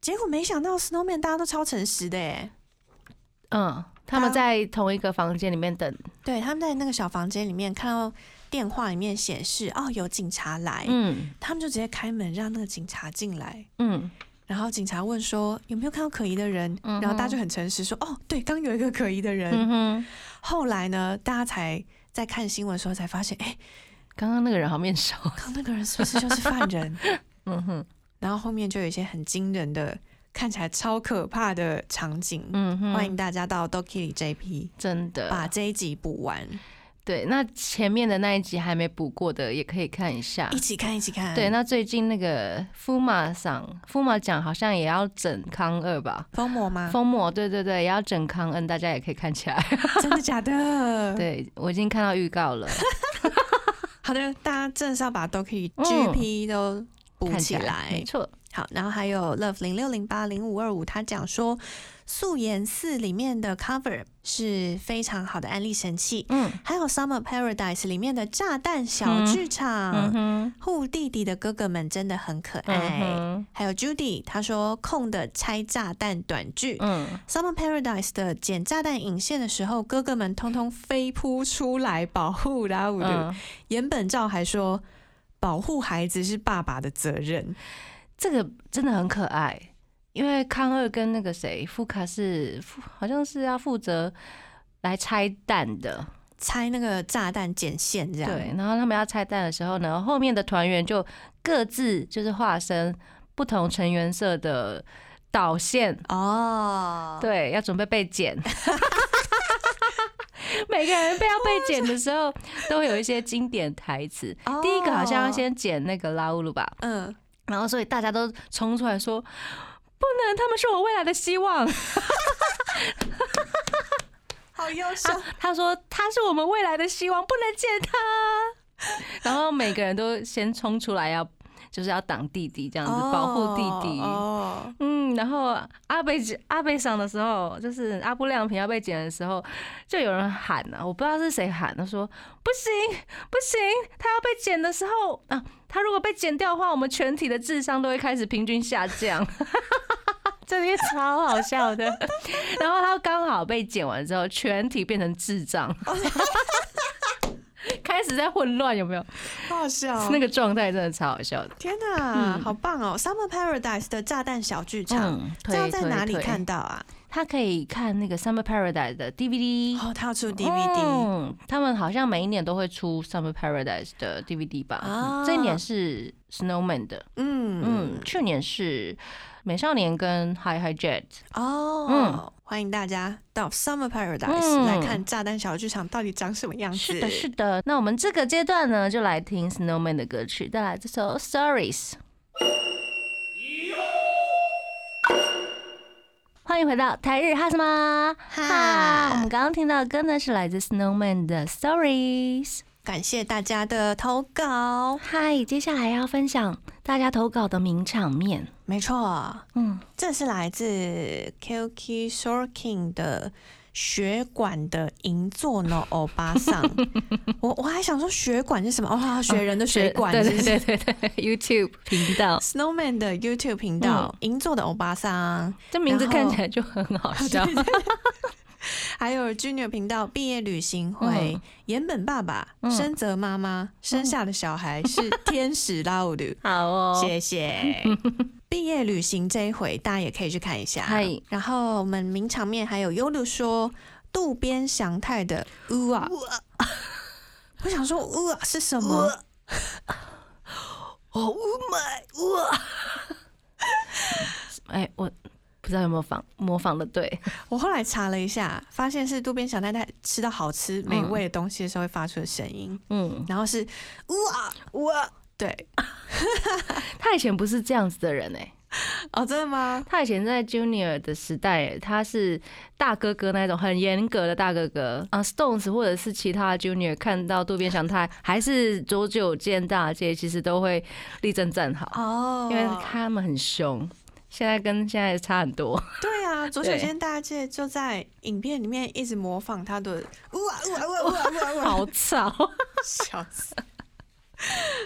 [SPEAKER 3] 结果没想到 Snowman 大家都超诚实的哎，
[SPEAKER 2] 嗯，他们
[SPEAKER 3] 他
[SPEAKER 2] 在同一个房间里面等。
[SPEAKER 3] 对，他们在那个小房间里面看到电话里面显示哦有警察来，
[SPEAKER 2] 嗯
[SPEAKER 3] 他们就直接开门让那个警察进来。
[SPEAKER 2] 嗯
[SPEAKER 3] 然后警察问说有没有看到可疑的人，
[SPEAKER 2] 嗯哼
[SPEAKER 3] 然后大家就很诚实说哦，对，刚有一个可疑的人。
[SPEAKER 2] 嗯哼，
[SPEAKER 3] 后来呢，大家才在看新闻的时候才发现，哎、
[SPEAKER 2] 刚刚那个人好面熟。
[SPEAKER 3] 刚那个人是不是就是犯人？
[SPEAKER 2] 嗯哼
[SPEAKER 3] 然后后面就有一些很惊人的，看起来超可怕的场景。
[SPEAKER 2] 嗯哼，
[SPEAKER 3] 欢迎大家到 Doki 里 JP
[SPEAKER 2] 真
[SPEAKER 3] 把
[SPEAKER 2] 的。
[SPEAKER 3] 这一集补完，
[SPEAKER 2] 对，那前面的那一集还没补过的，也可以看一下
[SPEAKER 3] 一。起看，一起
[SPEAKER 2] 嗯
[SPEAKER 3] 看。
[SPEAKER 2] 对，那最近那个夫马赏夫马奖好像也要整康二吧？
[SPEAKER 3] 疯魔吗？
[SPEAKER 2] 封魔，对对对，也要整康恩，大家也可以看起来。
[SPEAKER 3] 真的假的？，
[SPEAKER 2] 对我已经看到预告 了，
[SPEAKER 3] 好的，大家真的是要把 Doki
[SPEAKER 2] 嗯
[SPEAKER 3] GP 都补
[SPEAKER 2] 看
[SPEAKER 3] 起来
[SPEAKER 2] 没。错，
[SPEAKER 3] 好，然后还有 Love 零六零八零五二五，他讲说素颜四里面的 cover 是非常好的安利神器，
[SPEAKER 2] 嗯
[SPEAKER 3] 还有 Summer Paradise 里面的炸弹小剧
[SPEAKER 2] 嗯
[SPEAKER 3] 场，
[SPEAKER 2] 哼，
[SPEAKER 3] 护、弟弟的哥哥们真的很可爱。
[SPEAKER 2] 嗯
[SPEAKER 3] 还有 Judy，他说空的拆炸弹短剧。
[SPEAKER 2] 哼，嗯，
[SPEAKER 3] Summer Paradise 的剪炸弹引线的时候，哥哥们通通飞扑出来保护拉乌鲁。
[SPEAKER 2] 嗯
[SPEAKER 3] 岩本照还说，保护孩子是爸爸的责任。
[SPEAKER 2] 这个真的很可爱，因为康二跟那个谁富卡是负，好像是要负责来拆弹的，
[SPEAKER 3] 拆那个炸弹剪线这样。
[SPEAKER 2] 对，，然后他们要拆弹的时候呢，后面的团员就各自就是化身不同成员色的导线，
[SPEAKER 3] 哦，
[SPEAKER 2] 对，要准备被 剪。 每个人被要被剪的时候，都会有一些经典台词。
[SPEAKER 3] 哦
[SPEAKER 2] 第一个好像要，先剪那个拉乌鲁吧，
[SPEAKER 3] 嗯，
[SPEAKER 2] 然后所以大家都冲出来说：“不能，他们是我未来的希望。
[SPEAKER 3] 好优秀，”
[SPEAKER 2] 他说：“他是我们未来的希望，不能剪他。” 然后每个人都先冲出来要，就是要挡弟弟这样子，保护弟弟。
[SPEAKER 3] 哦，
[SPEAKER 2] 嗯，然后阿贝阿贝上的时候，就是阿布亮平要被剪的时候，就有人喊啊，我不知道是谁喊的，说不行不行，他要被剪的时候啊，他如果被剪掉的话，我们全体的智商都会开始平均下降。 这里超好笑的， 然后他刚好被剪完之后，全体变成智障， 开始在混乱，有没有？
[SPEAKER 3] 好好笑哦，
[SPEAKER 2] 那个状态真的超好笑的。
[SPEAKER 3] 天哪，
[SPEAKER 2] 嗯
[SPEAKER 3] 好棒哦！Summer Paradise 的炸弹小剧场，
[SPEAKER 2] 嗯，
[SPEAKER 3] 这要在
[SPEAKER 2] 推
[SPEAKER 3] 哪里
[SPEAKER 2] 推
[SPEAKER 3] 看到啊？
[SPEAKER 2] 他可以看那个《Summer Paradise》的 DVD。
[SPEAKER 3] 哦，他要出 DVD
[SPEAKER 2] 嗯他们好像每一年都会出《Summer Paradise》的 DVD 吧？
[SPEAKER 3] 啊
[SPEAKER 2] 嗯这一年是 Snowman 的，
[SPEAKER 3] 嗯
[SPEAKER 2] 嗯，去年是美少年跟 Hi Hi Jet，
[SPEAKER 3] 哦，欢迎大家到 Summer Paradise
[SPEAKER 2] 嗯
[SPEAKER 3] 来看炸弹小剧场到底长什么样子。
[SPEAKER 2] 是的，是的。那我们这个阶段呢，就来听 Snowman 的歌曲，带来这首《Stories》。欢迎回到台日哈什么哈
[SPEAKER 3] 哈？
[SPEAKER 2] 我们刚刚听到的歌呢，是来自 Snowman 的《Stories》。
[SPEAKER 3] 感谢大家的投稿，
[SPEAKER 2] 嗨，接下来要分享大家投稿的名场面。
[SPEAKER 3] 没错，
[SPEAKER 2] 嗯
[SPEAKER 3] 这是来自 Kilky Sorkin 的血管的银座 呢欧巴桑。我我还想说血管是什么？哦，雪人的血管，
[SPEAKER 2] 对
[SPEAKER 3] 是不
[SPEAKER 2] 对
[SPEAKER 3] 是
[SPEAKER 2] 对对对，YouTube 频道，
[SPEAKER 3] Snowman 的 YouTube 频
[SPEAKER 2] 嗯
[SPEAKER 3] 道，银座的欧巴桑，
[SPEAKER 2] 这名字
[SPEAKER 3] 然后
[SPEAKER 2] 看起来就很好 笑。
[SPEAKER 3] 还有 Junior 频道毕业旅行会
[SPEAKER 2] 嗯，
[SPEAKER 3] 岩本爸爸、
[SPEAKER 2] 嗯
[SPEAKER 3] 深泽妈妈生下的小孩是天使拉鲁鲁。
[SPEAKER 2] 好哦，
[SPEAKER 3] 谢谢。 毕业旅行这一回，大家也可以去看一下
[SPEAKER 2] 嗨。
[SPEAKER 3] 然后我们名场面还有优鲁说渡边祥太的呜啊， 我想说呜啊是什么？
[SPEAKER 2] 哎，我不知道有没有仿模仿的 对，
[SPEAKER 3] 我后来查了一下，发现是渡边祥太太吃到好吃美味的东西的时候会发出的声音，
[SPEAKER 2] 嗯，
[SPEAKER 3] 然后是呜啊呜啊，对，
[SPEAKER 2] 他以前不是这样子的人哎、
[SPEAKER 3] 哦，真的吗？
[SPEAKER 2] 他以前在 Junior 的时代，他是大哥哥那种很严格的大哥哥啊。Stones 或者是其他 Junior 看到渡边翔太还是佐久间大介，其实都会立正站好，
[SPEAKER 3] 哦，
[SPEAKER 2] 因为他们很凶。现在跟现在差很多，
[SPEAKER 3] 对啊，左手
[SPEAKER 2] 对
[SPEAKER 3] 间大介就在影片里面一直模仿他的呜啊呜啊呜啊呜啊呜啊，
[SPEAKER 2] 好吵。
[SPEAKER 3] 笑死。嗯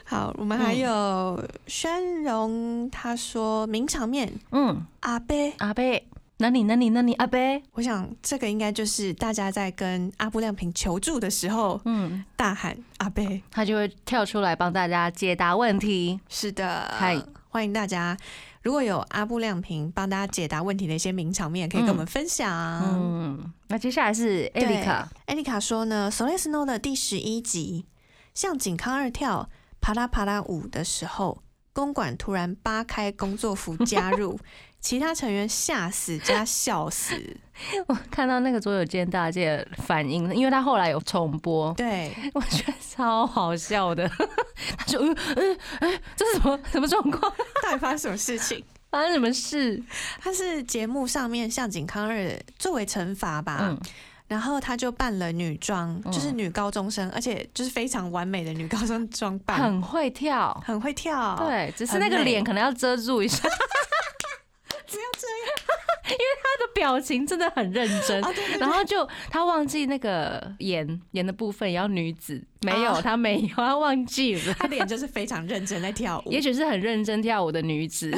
[SPEAKER 3] 好，我们还有宣荣，他说名场面
[SPEAKER 2] 嗯，
[SPEAKER 3] 阿贝，
[SPEAKER 2] 阿贝，哪里哪里哪里，阿贝，
[SPEAKER 3] 我想这个应该就是大家在跟阿布亮平求助的时候
[SPEAKER 2] 嗯，
[SPEAKER 3] 大喊阿贝。
[SPEAKER 2] 他就会跳出来帮大家解答问题。
[SPEAKER 3] 是的，
[SPEAKER 2] 嗨
[SPEAKER 3] 欢迎大家。如果有阿布亮平帮大家解答问题的一些名场面，可以跟我们分享。
[SPEAKER 2] 嗯，那接下来是艾
[SPEAKER 3] 对
[SPEAKER 2] 丽卡，
[SPEAKER 3] 艾丽卡说呢，《s o l e s No》的第十一集，向井康二跳啪啦啪啦舞的时候，公馆突然扒开工作服加 入，其他成员吓死加笑死。
[SPEAKER 2] 我看到那个左手间大介的反应，因为他后来有重播，
[SPEAKER 3] 对，
[SPEAKER 2] 我觉得超好笑的。 他说：“嗯嗯哎，这是什么什么状况？
[SPEAKER 3] 到底发生什么事情？
[SPEAKER 2] 发生什么事
[SPEAKER 3] 他是节目上面向井康二作为惩罚？”吧。
[SPEAKER 2] 嗯，
[SPEAKER 3] 然后他就扮了女装，就是女高中生，而且就是非常完美的女高中装扮，
[SPEAKER 2] 很会跳，
[SPEAKER 3] 很会跳。，
[SPEAKER 2] 对，只是那个
[SPEAKER 3] 很美
[SPEAKER 2] 脸可能要遮住一下。只 要这样， 因为他的表情真的很认真。
[SPEAKER 3] 啊对对对
[SPEAKER 2] 然后就他忘记那个演演的部分也要女子，没有
[SPEAKER 3] 啊
[SPEAKER 2] 他没有，他忘记了，
[SPEAKER 3] 她脸就是非常认真在跳 舞，
[SPEAKER 2] 也许是很认真跳舞的女子，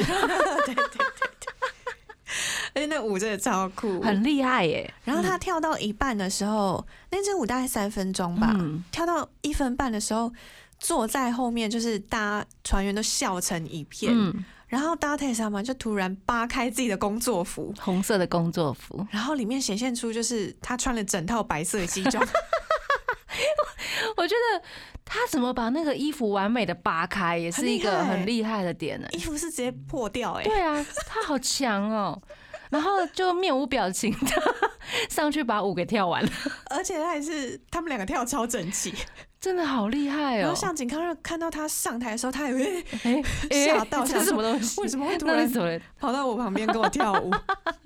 [SPEAKER 3] 而哎且那舞真的超酷，
[SPEAKER 2] 很嗯厉害耶。
[SPEAKER 3] 然后他跳到一半的时候，那支舞大概三分钟 吧，
[SPEAKER 2] 嗯
[SPEAKER 3] 跳到一分半的时候，坐在后面就是大家船员都笑成一片，
[SPEAKER 2] 嗯，
[SPEAKER 3] 然后 Date 上嘛就突然扒开自己的工作服，
[SPEAKER 2] 红色的工作服，
[SPEAKER 3] 然后里面显现出就是他穿了整套白色西 装，
[SPEAKER 2] 我觉得他怎么把那个衣服完美的扒开，也是一个很
[SPEAKER 3] 很
[SPEAKER 2] 厉害的点呢、
[SPEAKER 3] 衣服是直接破掉哎、欸，
[SPEAKER 2] 对啊，他好强哦、然后就面无表情的 上去把舞给跳完了，
[SPEAKER 3] 而且他还是他们两个跳超整齐，
[SPEAKER 2] 真的好厉害
[SPEAKER 3] 然
[SPEAKER 2] 哦、
[SPEAKER 3] 后向井康二看到他上台的时候，他以为
[SPEAKER 2] 哎哎
[SPEAKER 3] 吓到
[SPEAKER 2] 这
[SPEAKER 3] 想
[SPEAKER 2] 是什么东西？
[SPEAKER 3] 为什么会突
[SPEAKER 2] 那
[SPEAKER 3] 然
[SPEAKER 2] 是什么？
[SPEAKER 3] 跑到我旁边跟我跳舞，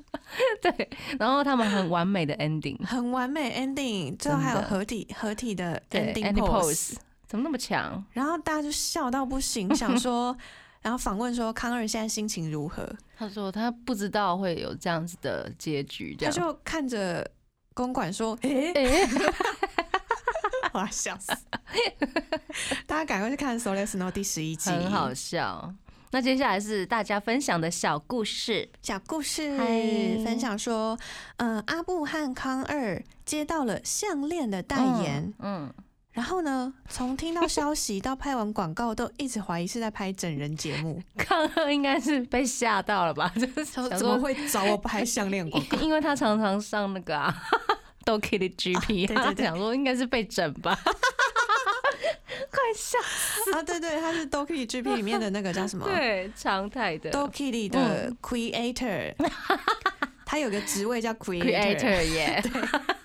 [SPEAKER 2] 对，然后他们很完美的 ending，
[SPEAKER 3] 很完美 ending，最后还有
[SPEAKER 2] 真的
[SPEAKER 3] 合体合体的
[SPEAKER 2] 对
[SPEAKER 3] ending
[SPEAKER 2] ，ending
[SPEAKER 3] pose。
[SPEAKER 2] pose，怎么那么强？
[SPEAKER 3] 然后大家就笑到不 行，想说，然后访问说康二现在心情如何？
[SPEAKER 2] 他说他不知道会有这样子的结局，这
[SPEAKER 3] 他
[SPEAKER 2] 样。
[SPEAKER 3] 就看着公馆说：“诶、
[SPEAKER 2] 哎、
[SPEAKER 3] 我要 笑死！”大家赶快去看《So Let's Know》第十一集，
[SPEAKER 2] 很好笑。那接下来是大家分享的小故事，
[SPEAKER 3] 小故事
[SPEAKER 2] 嗨
[SPEAKER 3] 分享说，嗯、阿布和康二接到了项链的代言，
[SPEAKER 2] 嗯，
[SPEAKER 3] 然后呢，从听到消息到拍完广告，都一直怀疑是在拍整人节目，
[SPEAKER 2] 嗯，康乐应该是被吓到了吧？ 就是
[SPEAKER 3] 想
[SPEAKER 2] 想
[SPEAKER 3] 说怎么
[SPEAKER 2] 说，
[SPEAKER 3] 会找我拍项链广告？
[SPEAKER 2] 因为他常常上那个啊。都 Kitty GP，、
[SPEAKER 3] 对对
[SPEAKER 2] 他
[SPEAKER 3] 对
[SPEAKER 2] 想说应该是被整吧，快笑，
[SPEAKER 3] 啊，对对，他是 Doki GP 里面的那个叫什么？
[SPEAKER 2] 对，常态的
[SPEAKER 3] Doki 里的 creator，、他有个职位叫 creator，,
[SPEAKER 2] creator 耶，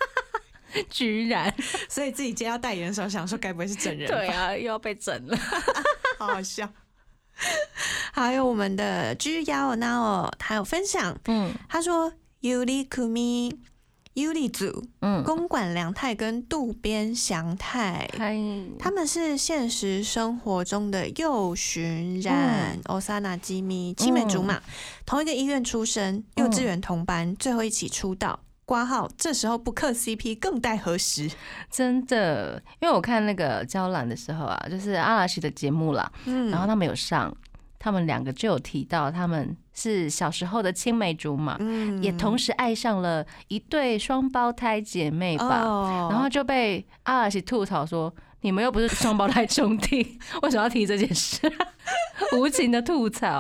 [SPEAKER 2] 居然
[SPEAKER 3] 所以自己接到代言的时候，想说该不会是整人吧？
[SPEAKER 2] 对啊，又要被整了，
[SPEAKER 3] 好好笑。还有我们的 G 幺 Now，他有分享，
[SPEAKER 2] 嗯
[SPEAKER 3] 他说 Yuri Kumi、Yuri 组、
[SPEAKER 2] 嗯，
[SPEAKER 3] 公馆良太跟渡边祥太。
[SPEAKER 2] 嗨，
[SPEAKER 3] 他们是现实生活中的幼巡染、欧萨娜基米、青梅竹马，同一个医院出生，幼稚园同班，最后一起出道。挂号，这时候不磕 CP 更待何时？
[SPEAKER 2] 真的，因为我看那个娇兰的时候啊，就是阿拉西的节目啦，
[SPEAKER 3] 嗯，
[SPEAKER 2] 然后他们有上，他们两个就有提到他们是小时候的青梅竹马，
[SPEAKER 3] 嗯
[SPEAKER 2] 也同时爱上了一对双胞胎姐妹吧，
[SPEAKER 3] 哦
[SPEAKER 2] 然后就被阿拉西吐槽说。你们又不是双胞胎兄弟， 为什么要提这件事？ 无情的吐槽，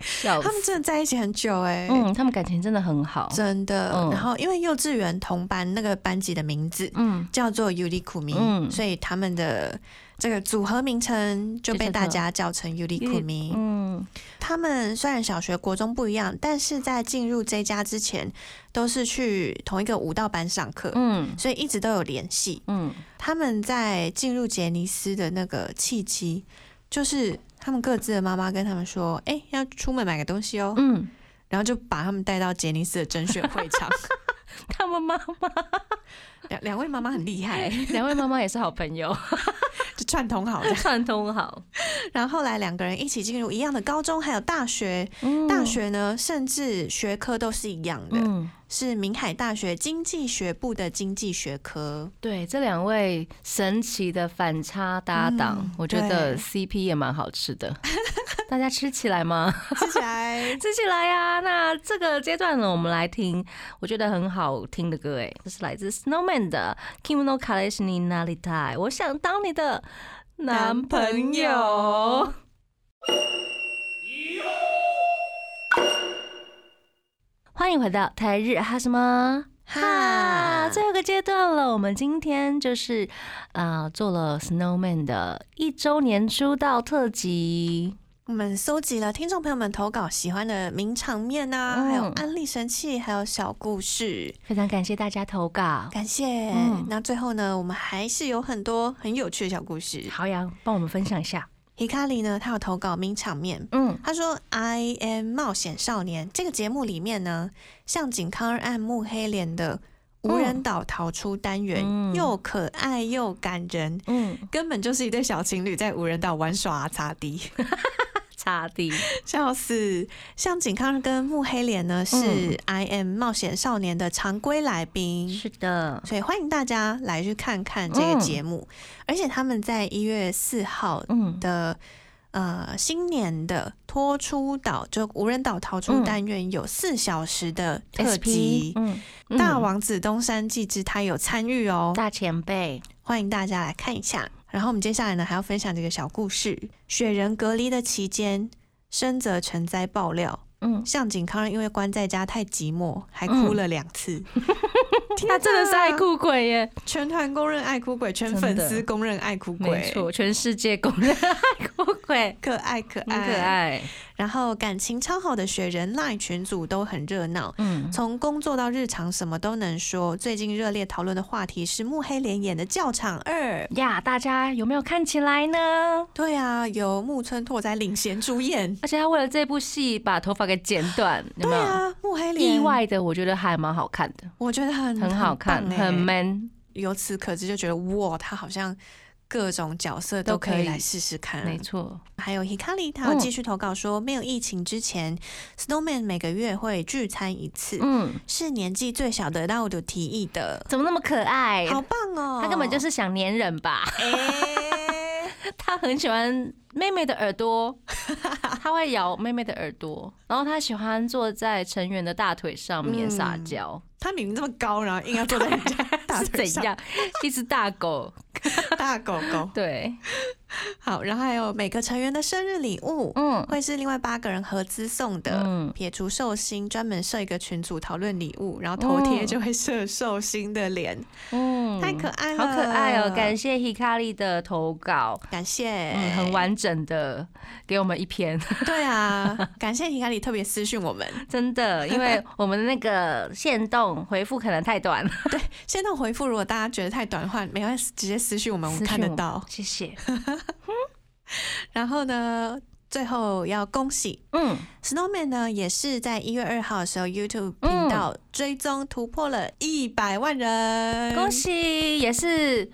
[SPEAKER 2] 笑
[SPEAKER 3] 他
[SPEAKER 2] 死。
[SPEAKER 3] 们真的在一起很久哎、
[SPEAKER 2] 嗯，他们感情真的很好。
[SPEAKER 3] 真的。
[SPEAKER 2] 嗯
[SPEAKER 3] 然后因为幼稚园同班那个班级的名字
[SPEAKER 2] 嗯，
[SPEAKER 3] 叫做 Yuri Kumi，、
[SPEAKER 2] 嗯
[SPEAKER 3] 所以他们的这个组合名称就被大家叫成 Yuri Kumi。
[SPEAKER 2] 嗯，
[SPEAKER 3] 他们虽然小学、国中不一样，但是在进入这家之前，都是去同一个舞蹈班上课，
[SPEAKER 2] 嗯，
[SPEAKER 3] 所以一直都有联系。
[SPEAKER 2] 嗯，
[SPEAKER 3] 他们在进入杰尼斯的那个契机，就是他们各自的妈妈跟他们说，哎、要出门买个东西哦，
[SPEAKER 2] 嗯，
[SPEAKER 3] 然后就把他们带到杰尼斯的甄选 会场。
[SPEAKER 2] 他们妈 妈，
[SPEAKER 3] 两两位妈妈很厉害，
[SPEAKER 2] 两位妈妈也是好朋友，
[SPEAKER 3] 就串通 好的。
[SPEAKER 2] 串通好。
[SPEAKER 3] 然后后来两个人一起进入一样的高中，还有大学。
[SPEAKER 2] 嗯
[SPEAKER 3] 大，学呢，甚至学科都是一样的，
[SPEAKER 2] 嗯，
[SPEAKER 3] 是明海大学经济学部的经济学科。
[SPEAKER 2] 对，这两位神奇的反差搭档，
[SPEAKER 3] 嗯
[SPEAKER 2] 我觉得
[SPEAKER 3] 对
[SPEAKER 2] CP 也蛮好吃 的，大家吃起来吗？
[SPEAKER 3] 吃起 来
[SPEAKER 2] 吃起来呀、那这个阶段呢，我们来听我觉得很好听的歌，哎，这是来自 Snowman 的《Kimono k a l e s h i n i Naritai》，我想当你的男朋友。欢迎回到台日哈什么哈，
[SPEAKER 3] 哈，
[SPEAKER 2] 最后一个阶段了。我们今天就是呃做了 Snowman 的一周年出道特辑。
[SPEAKER 3] 我们搜集了听众朋友们投稿喜欢的名场面啊，
[SPEAKER 2] 嗯
[SPEAKER 3] 还有案例神器，还有小故事，
[SPEAKER 2] 非常感谢大家投稿，
[SPEAKER 3] 感谢。
[SPEAKER 2] 嗯
[SPEAKER 3] 那最后呢，我们还是有很多很有趣的小故事。
[SPEAKER 2] 豪阳帮我们分享一下。
[SPEAKER 3] Hikari 呢，他有投稿名场面，
[SPEAKER 2] 嗯，
[SPEAKER 3] 他说：“I am 冒险少年这个节目里面呢，向井康二暗木黑莲的无人岛逃出单元，
[SPEAKER 2] 嗯
[SPEAKER 3] 又可爱又感人，
[SPEAKER 2] 嗯，
[SPEAKER 3] 根本就是一对小情侣在无人岛玩耍啊擦地，
[SPEAKER 2] 差地，
[SPEAKER 3] 笑死！向井康二跟木黑莲呢是 I am 冒险少年的常规来宾。”
[SPEAKER 2] 是的，
[SPEAKER 3] 所以欢迎大家来去看看这个节目，而且他们在一月四号
[SPEAKER 2] 嗯，
[SPEAKER 3] 的呃新年的脱出岛，就无人岛逃出单元有四小时的特
[SPEAKER 2] SP，
[SPEAKER 3] 辑。
[SPEAKER 2] 嗯，
[SPEAKER 3] 大
[SPEAKER 2] 嗯
[SPEAKER 3] 王子东山纪之他有参与哦，
[SPEAKER 2] 大前辈，
[SPEAKER 3] 欢迎大家来看一下。然后我们接下来呢还要分享这个小故事：雪人隔离的期间，深泽成灾爆料，
[SPEAKER 2] 嗯，
[SPEAKER 3] 向井康人因为关在家太寂寞，还哭了两 次。天
[SPEAKER 2] 他嗯真的是爱
[SPEAKER 3] 哪，
[SPEAKER 2] 哭鬼耶，
[SPEAKER 3] 全团公认爱哭鬼，全
[SPEAKER 2] 真
[SPEAKER 3] 粉
[SPEAKER 2] 的
[SPEAKER 3] 丝公认爱哭鬼，
[SPEAKER 2] 没错，全世界公认爱哭 鬼，
[SPEAKER 3] 可爱可
[SPEAKER 2] 很
[SPEAKER 3] 爱
[SPEAKER 2] 可爱，
[SPEAKER 3] 然后感情超好的雪人赖群组都很热闹，
[SPEAKER 2] 嗯，
[SPEAKER 3] 从工作到日常什么都能说。最近热烈讨论的话题是木黑莲演的《教场二》。
[SPEAKER 2] 呀，大家有没有看起来呢？
[SPEAKER 3] 对啊，由木村拓哉领衔主演。
[SPEAKER 2] 而且他为了这部戏把头发给剪短， 有
[SPEAKER 3] 对
[SPEAKER 2] 没有？
[SPEAKER 3] 啊，木黑莲
[SPEAKER 2] 意，外的，我觉得还蛮好看的，
[SPEAKER 3] 我觉得很
[SPEAKER 2] 很好看，
[SPEAKER 3] 很棒欸
[SPEAKER 2] 很 man，
[SPEAKER 3] 由此可知，就觉得哇，他好像各种角色都可
[SPEAKER 2] 都可
[SPEAKER 3] 以
[SPEAKER 2] 以
[SPEAKER 3] 来试试看。
[SPEAKER 2] 没错，嗯
[SPEAKER 3] 还有 Hikari，他有继续投稿说，没有疫情之前，Snowman 每个月会聚餐一次，
[SPEAKER 2] 嗯，
[SPEAKER 3] 是年纪最小的让我提议的。
[SPEAKER 2] 怎么那么可爱？
[SPEAKER 3] 好棒哦！
[SPEAKER 2] 哎他根本就是想粘人吧。
[SPEAKER 3] 哎、
[SPEAKER 2] 他很喜欢妹妹的耳朵， 他会咬妹妹的耳朵，然后他喜欢坐在成员的大腿上面
[SPEAKER 3] 嗯
[SPEAKER 2] 撒娇，
[SPEAKER 3] 他明明这么高，然后硬要坐在人家嗯大
[SPEAKER 2] 是
[SPEAKER 3] 腿
[SPEAKER 2] 怎
[SPEAKER 3] 上，
[SPEAKER 2] 样？一只大 狗，
[SPEAKER 3] 大狗狗。
[SPEAKER 2] 对，
[SPEAKER 3] 好，然后还有每个成员的生日礼物、
[SPEAKER 2] 嗯
[SPEAKER 3] 会是另外八个人合资送的。
[SPEAKER 2] 嗯，
[SPEAKER 3] 撇除寿星，专门设一个群组讨论礼物，然后头贴
[SPEAKER 2] 嗯
[SPEAKER 3] 就会设寿星的脸，
[SPEAKER 2] 嗯
[SPEAKER 3] 太可爱了，
[SPEAKER 2] 好可爱哦！感谢 Hikari 的投稿，
[SPEAKER 3] 感谢，
[SPEAKER 2] 嗯，很。完整的给我们一篇，
[SPEAKER 3] 对啊，感谢提卡里特别私讯我们，
[SPEAKER 2] 真的，因为我们的那个线动回复可能太短，
[SPEAKER 3] 现在回复如果大家觉得太短的话，没关系，直接私 讯我们，我们
[SPEAKER 2] 私
[SPEAKER 3] 看
[SPEAKER 2] 讯
[SPEAKER 3] 得
[SPEAKER 2] 我
[SPEAKER 3] 到。
[SPEAKER 2] 谢谢，
[SPEAKER 3] 然后呢，最后要恭喜
[SPEAKER 2] 嗯，
[SPEAKER 3] Snowman 呢，也是在一月二号的时候，YouTube 频道追踪突破了一百万人，
[SPEAKER 2] 恭！喜，也是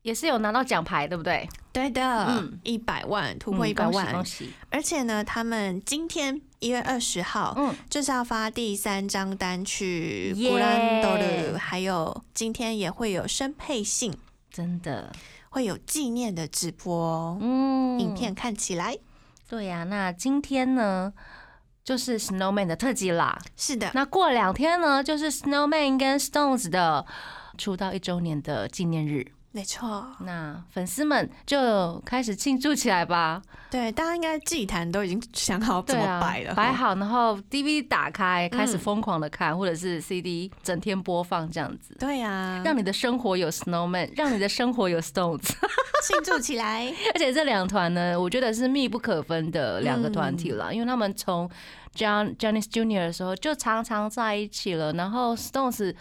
[SPEAKER 2] 也是有拿到奖牌，对不对？
[SPEAKER 3] 对的
[SPEAKER 2] 嗯，
[SPEAKER 3] 一百、万突破
[SPEAKER 2] 嗯
[SPEAKER 3] 一百
[SPEAKER 2] 恭喜
[SPEAKER 3] 万、
[SPEAKER 2] 恭喜！
[SPEAKER 3] 而且呢，他们今天一月二十号、
[SPEAKER 2] 嗯，
[SPEAKER 3] 就是要发第三张单曲《
[SPEAKER 2] 耶
[SPEAKER 3] 古兰多鲁》，还有今天也会有生配信，
[SPEAKER 2] 真的，
[SPEAKER 3] 会有纪念的直播、哦
[SPEAKER 2] 嗯
[SPEAKER 3] 影片，看起来
[SPEAKER 2] 对呀、那今天呢，就是 Snowman 的特辑啦。
[SPEAKER 3] 是的，
[SPEAKER 2] 那过两天呢，就是 Snowman 跟 Stones 的出道一周年的纪念日。
[SPEAKER 3] 没错，
[SPEAKER 2] 那粉丝们就开始庆祝起来吧。
[SPEAKER 3] 对，大家应该祭坛都已经想好怎
[SPEAKER 2] 对
[SPEAKER 3] 么
[SPEAKER 2] 啊，
[SPEAKER 3] 摆了，
[SPEAKER 2] 摆
[SPEAKER 3] 吼
[SPEAKER 2] 好，然后 DVD 打开，开始
[SPEAKER 3] 嗯
[SPEAKER 2] 疯狂的看，或者是 CD 整天播放这样子。
[SPEAKER 3] 对啊，
[SPEAKER 2] 让你的生活有 Snowman，让你的生活有 Stones，
[SPEAKER 3] 庆祝起来。
[SPEAKER 2] 而且这两团呢，我觉得是密不可分的两个团体啦，因为他们从 John Janis Junior 的时候就常常在一起了，然后 Stones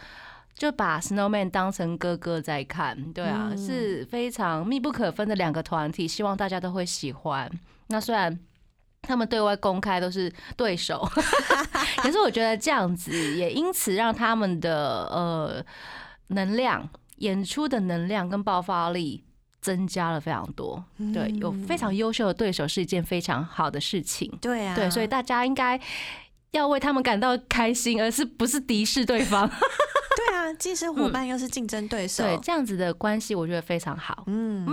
[SPEAKER 2] 就把 Snowman 当成哥哥在看，对啊，
[SPEAKER 3] 嗯
[SPEAKER 2] 是非常密不可分的两个团体，希望大家都会喜欢。那虽然。他们对外公开都是对手， 可是我觉得这样子也因此让他们的呃能量、演出的能量跟爆发力增加了非常多。 对，有非常优秀的对手是一件非常好的事情。
[SPEAKER 3] 对啊，
[SPEAKER 2] 对，所以大家应该要为他们感到开心，而是不是敌视对方？
[SPEAKER 3] 对啊，既是伙伴又是竞争对手，
[SPEAKER 2] 嗯对，这样子的关系我觉得非常好。
[SPEAKER 3] 嗯，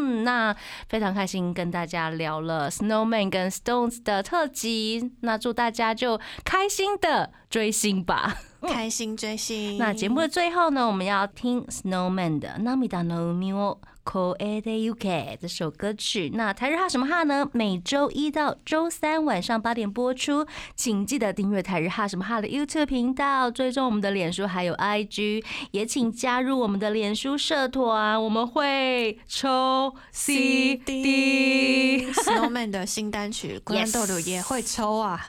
[SPEAKER 2] 嗯，那非常开心跟大家聊了 Snowman 跟 Stones 的特辑，那祝大家就开心的追星吧。
[SPEAKER 3] 开心追星。
[SPEAKER 2] 嗯那节目的最后呢，我们要听 Snowman 的《涙の海を越えてゆけ》这首歌曲。那台日哈什么哈呢？每周一到周三晚上八点播出，请记得订阅台日哈什么哈的 YouTube 频道，追踪我们的脸书还有 IG，也请加入我们的脸书社团，我们会抽 CD，
[SPEAKER 3] Snowman 的新单曲《关关豆豆》也会抽啊，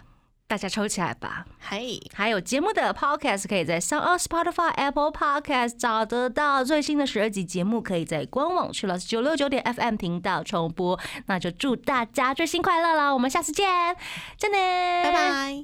[SPEAKER 2] 大家抽起来吧。
[SPEAKER 3] 嘿，
[SPEAKER 2] 还有节目的 Podcast 可以在 s o u n Spotify、Apple Podcast 找得到最新的十二集节目，可以在官网去了九六九点 FM 频道重播。那就祝大家追星快乐啦！我们下次见，真的，
[SPEAKER 3] 拜拜。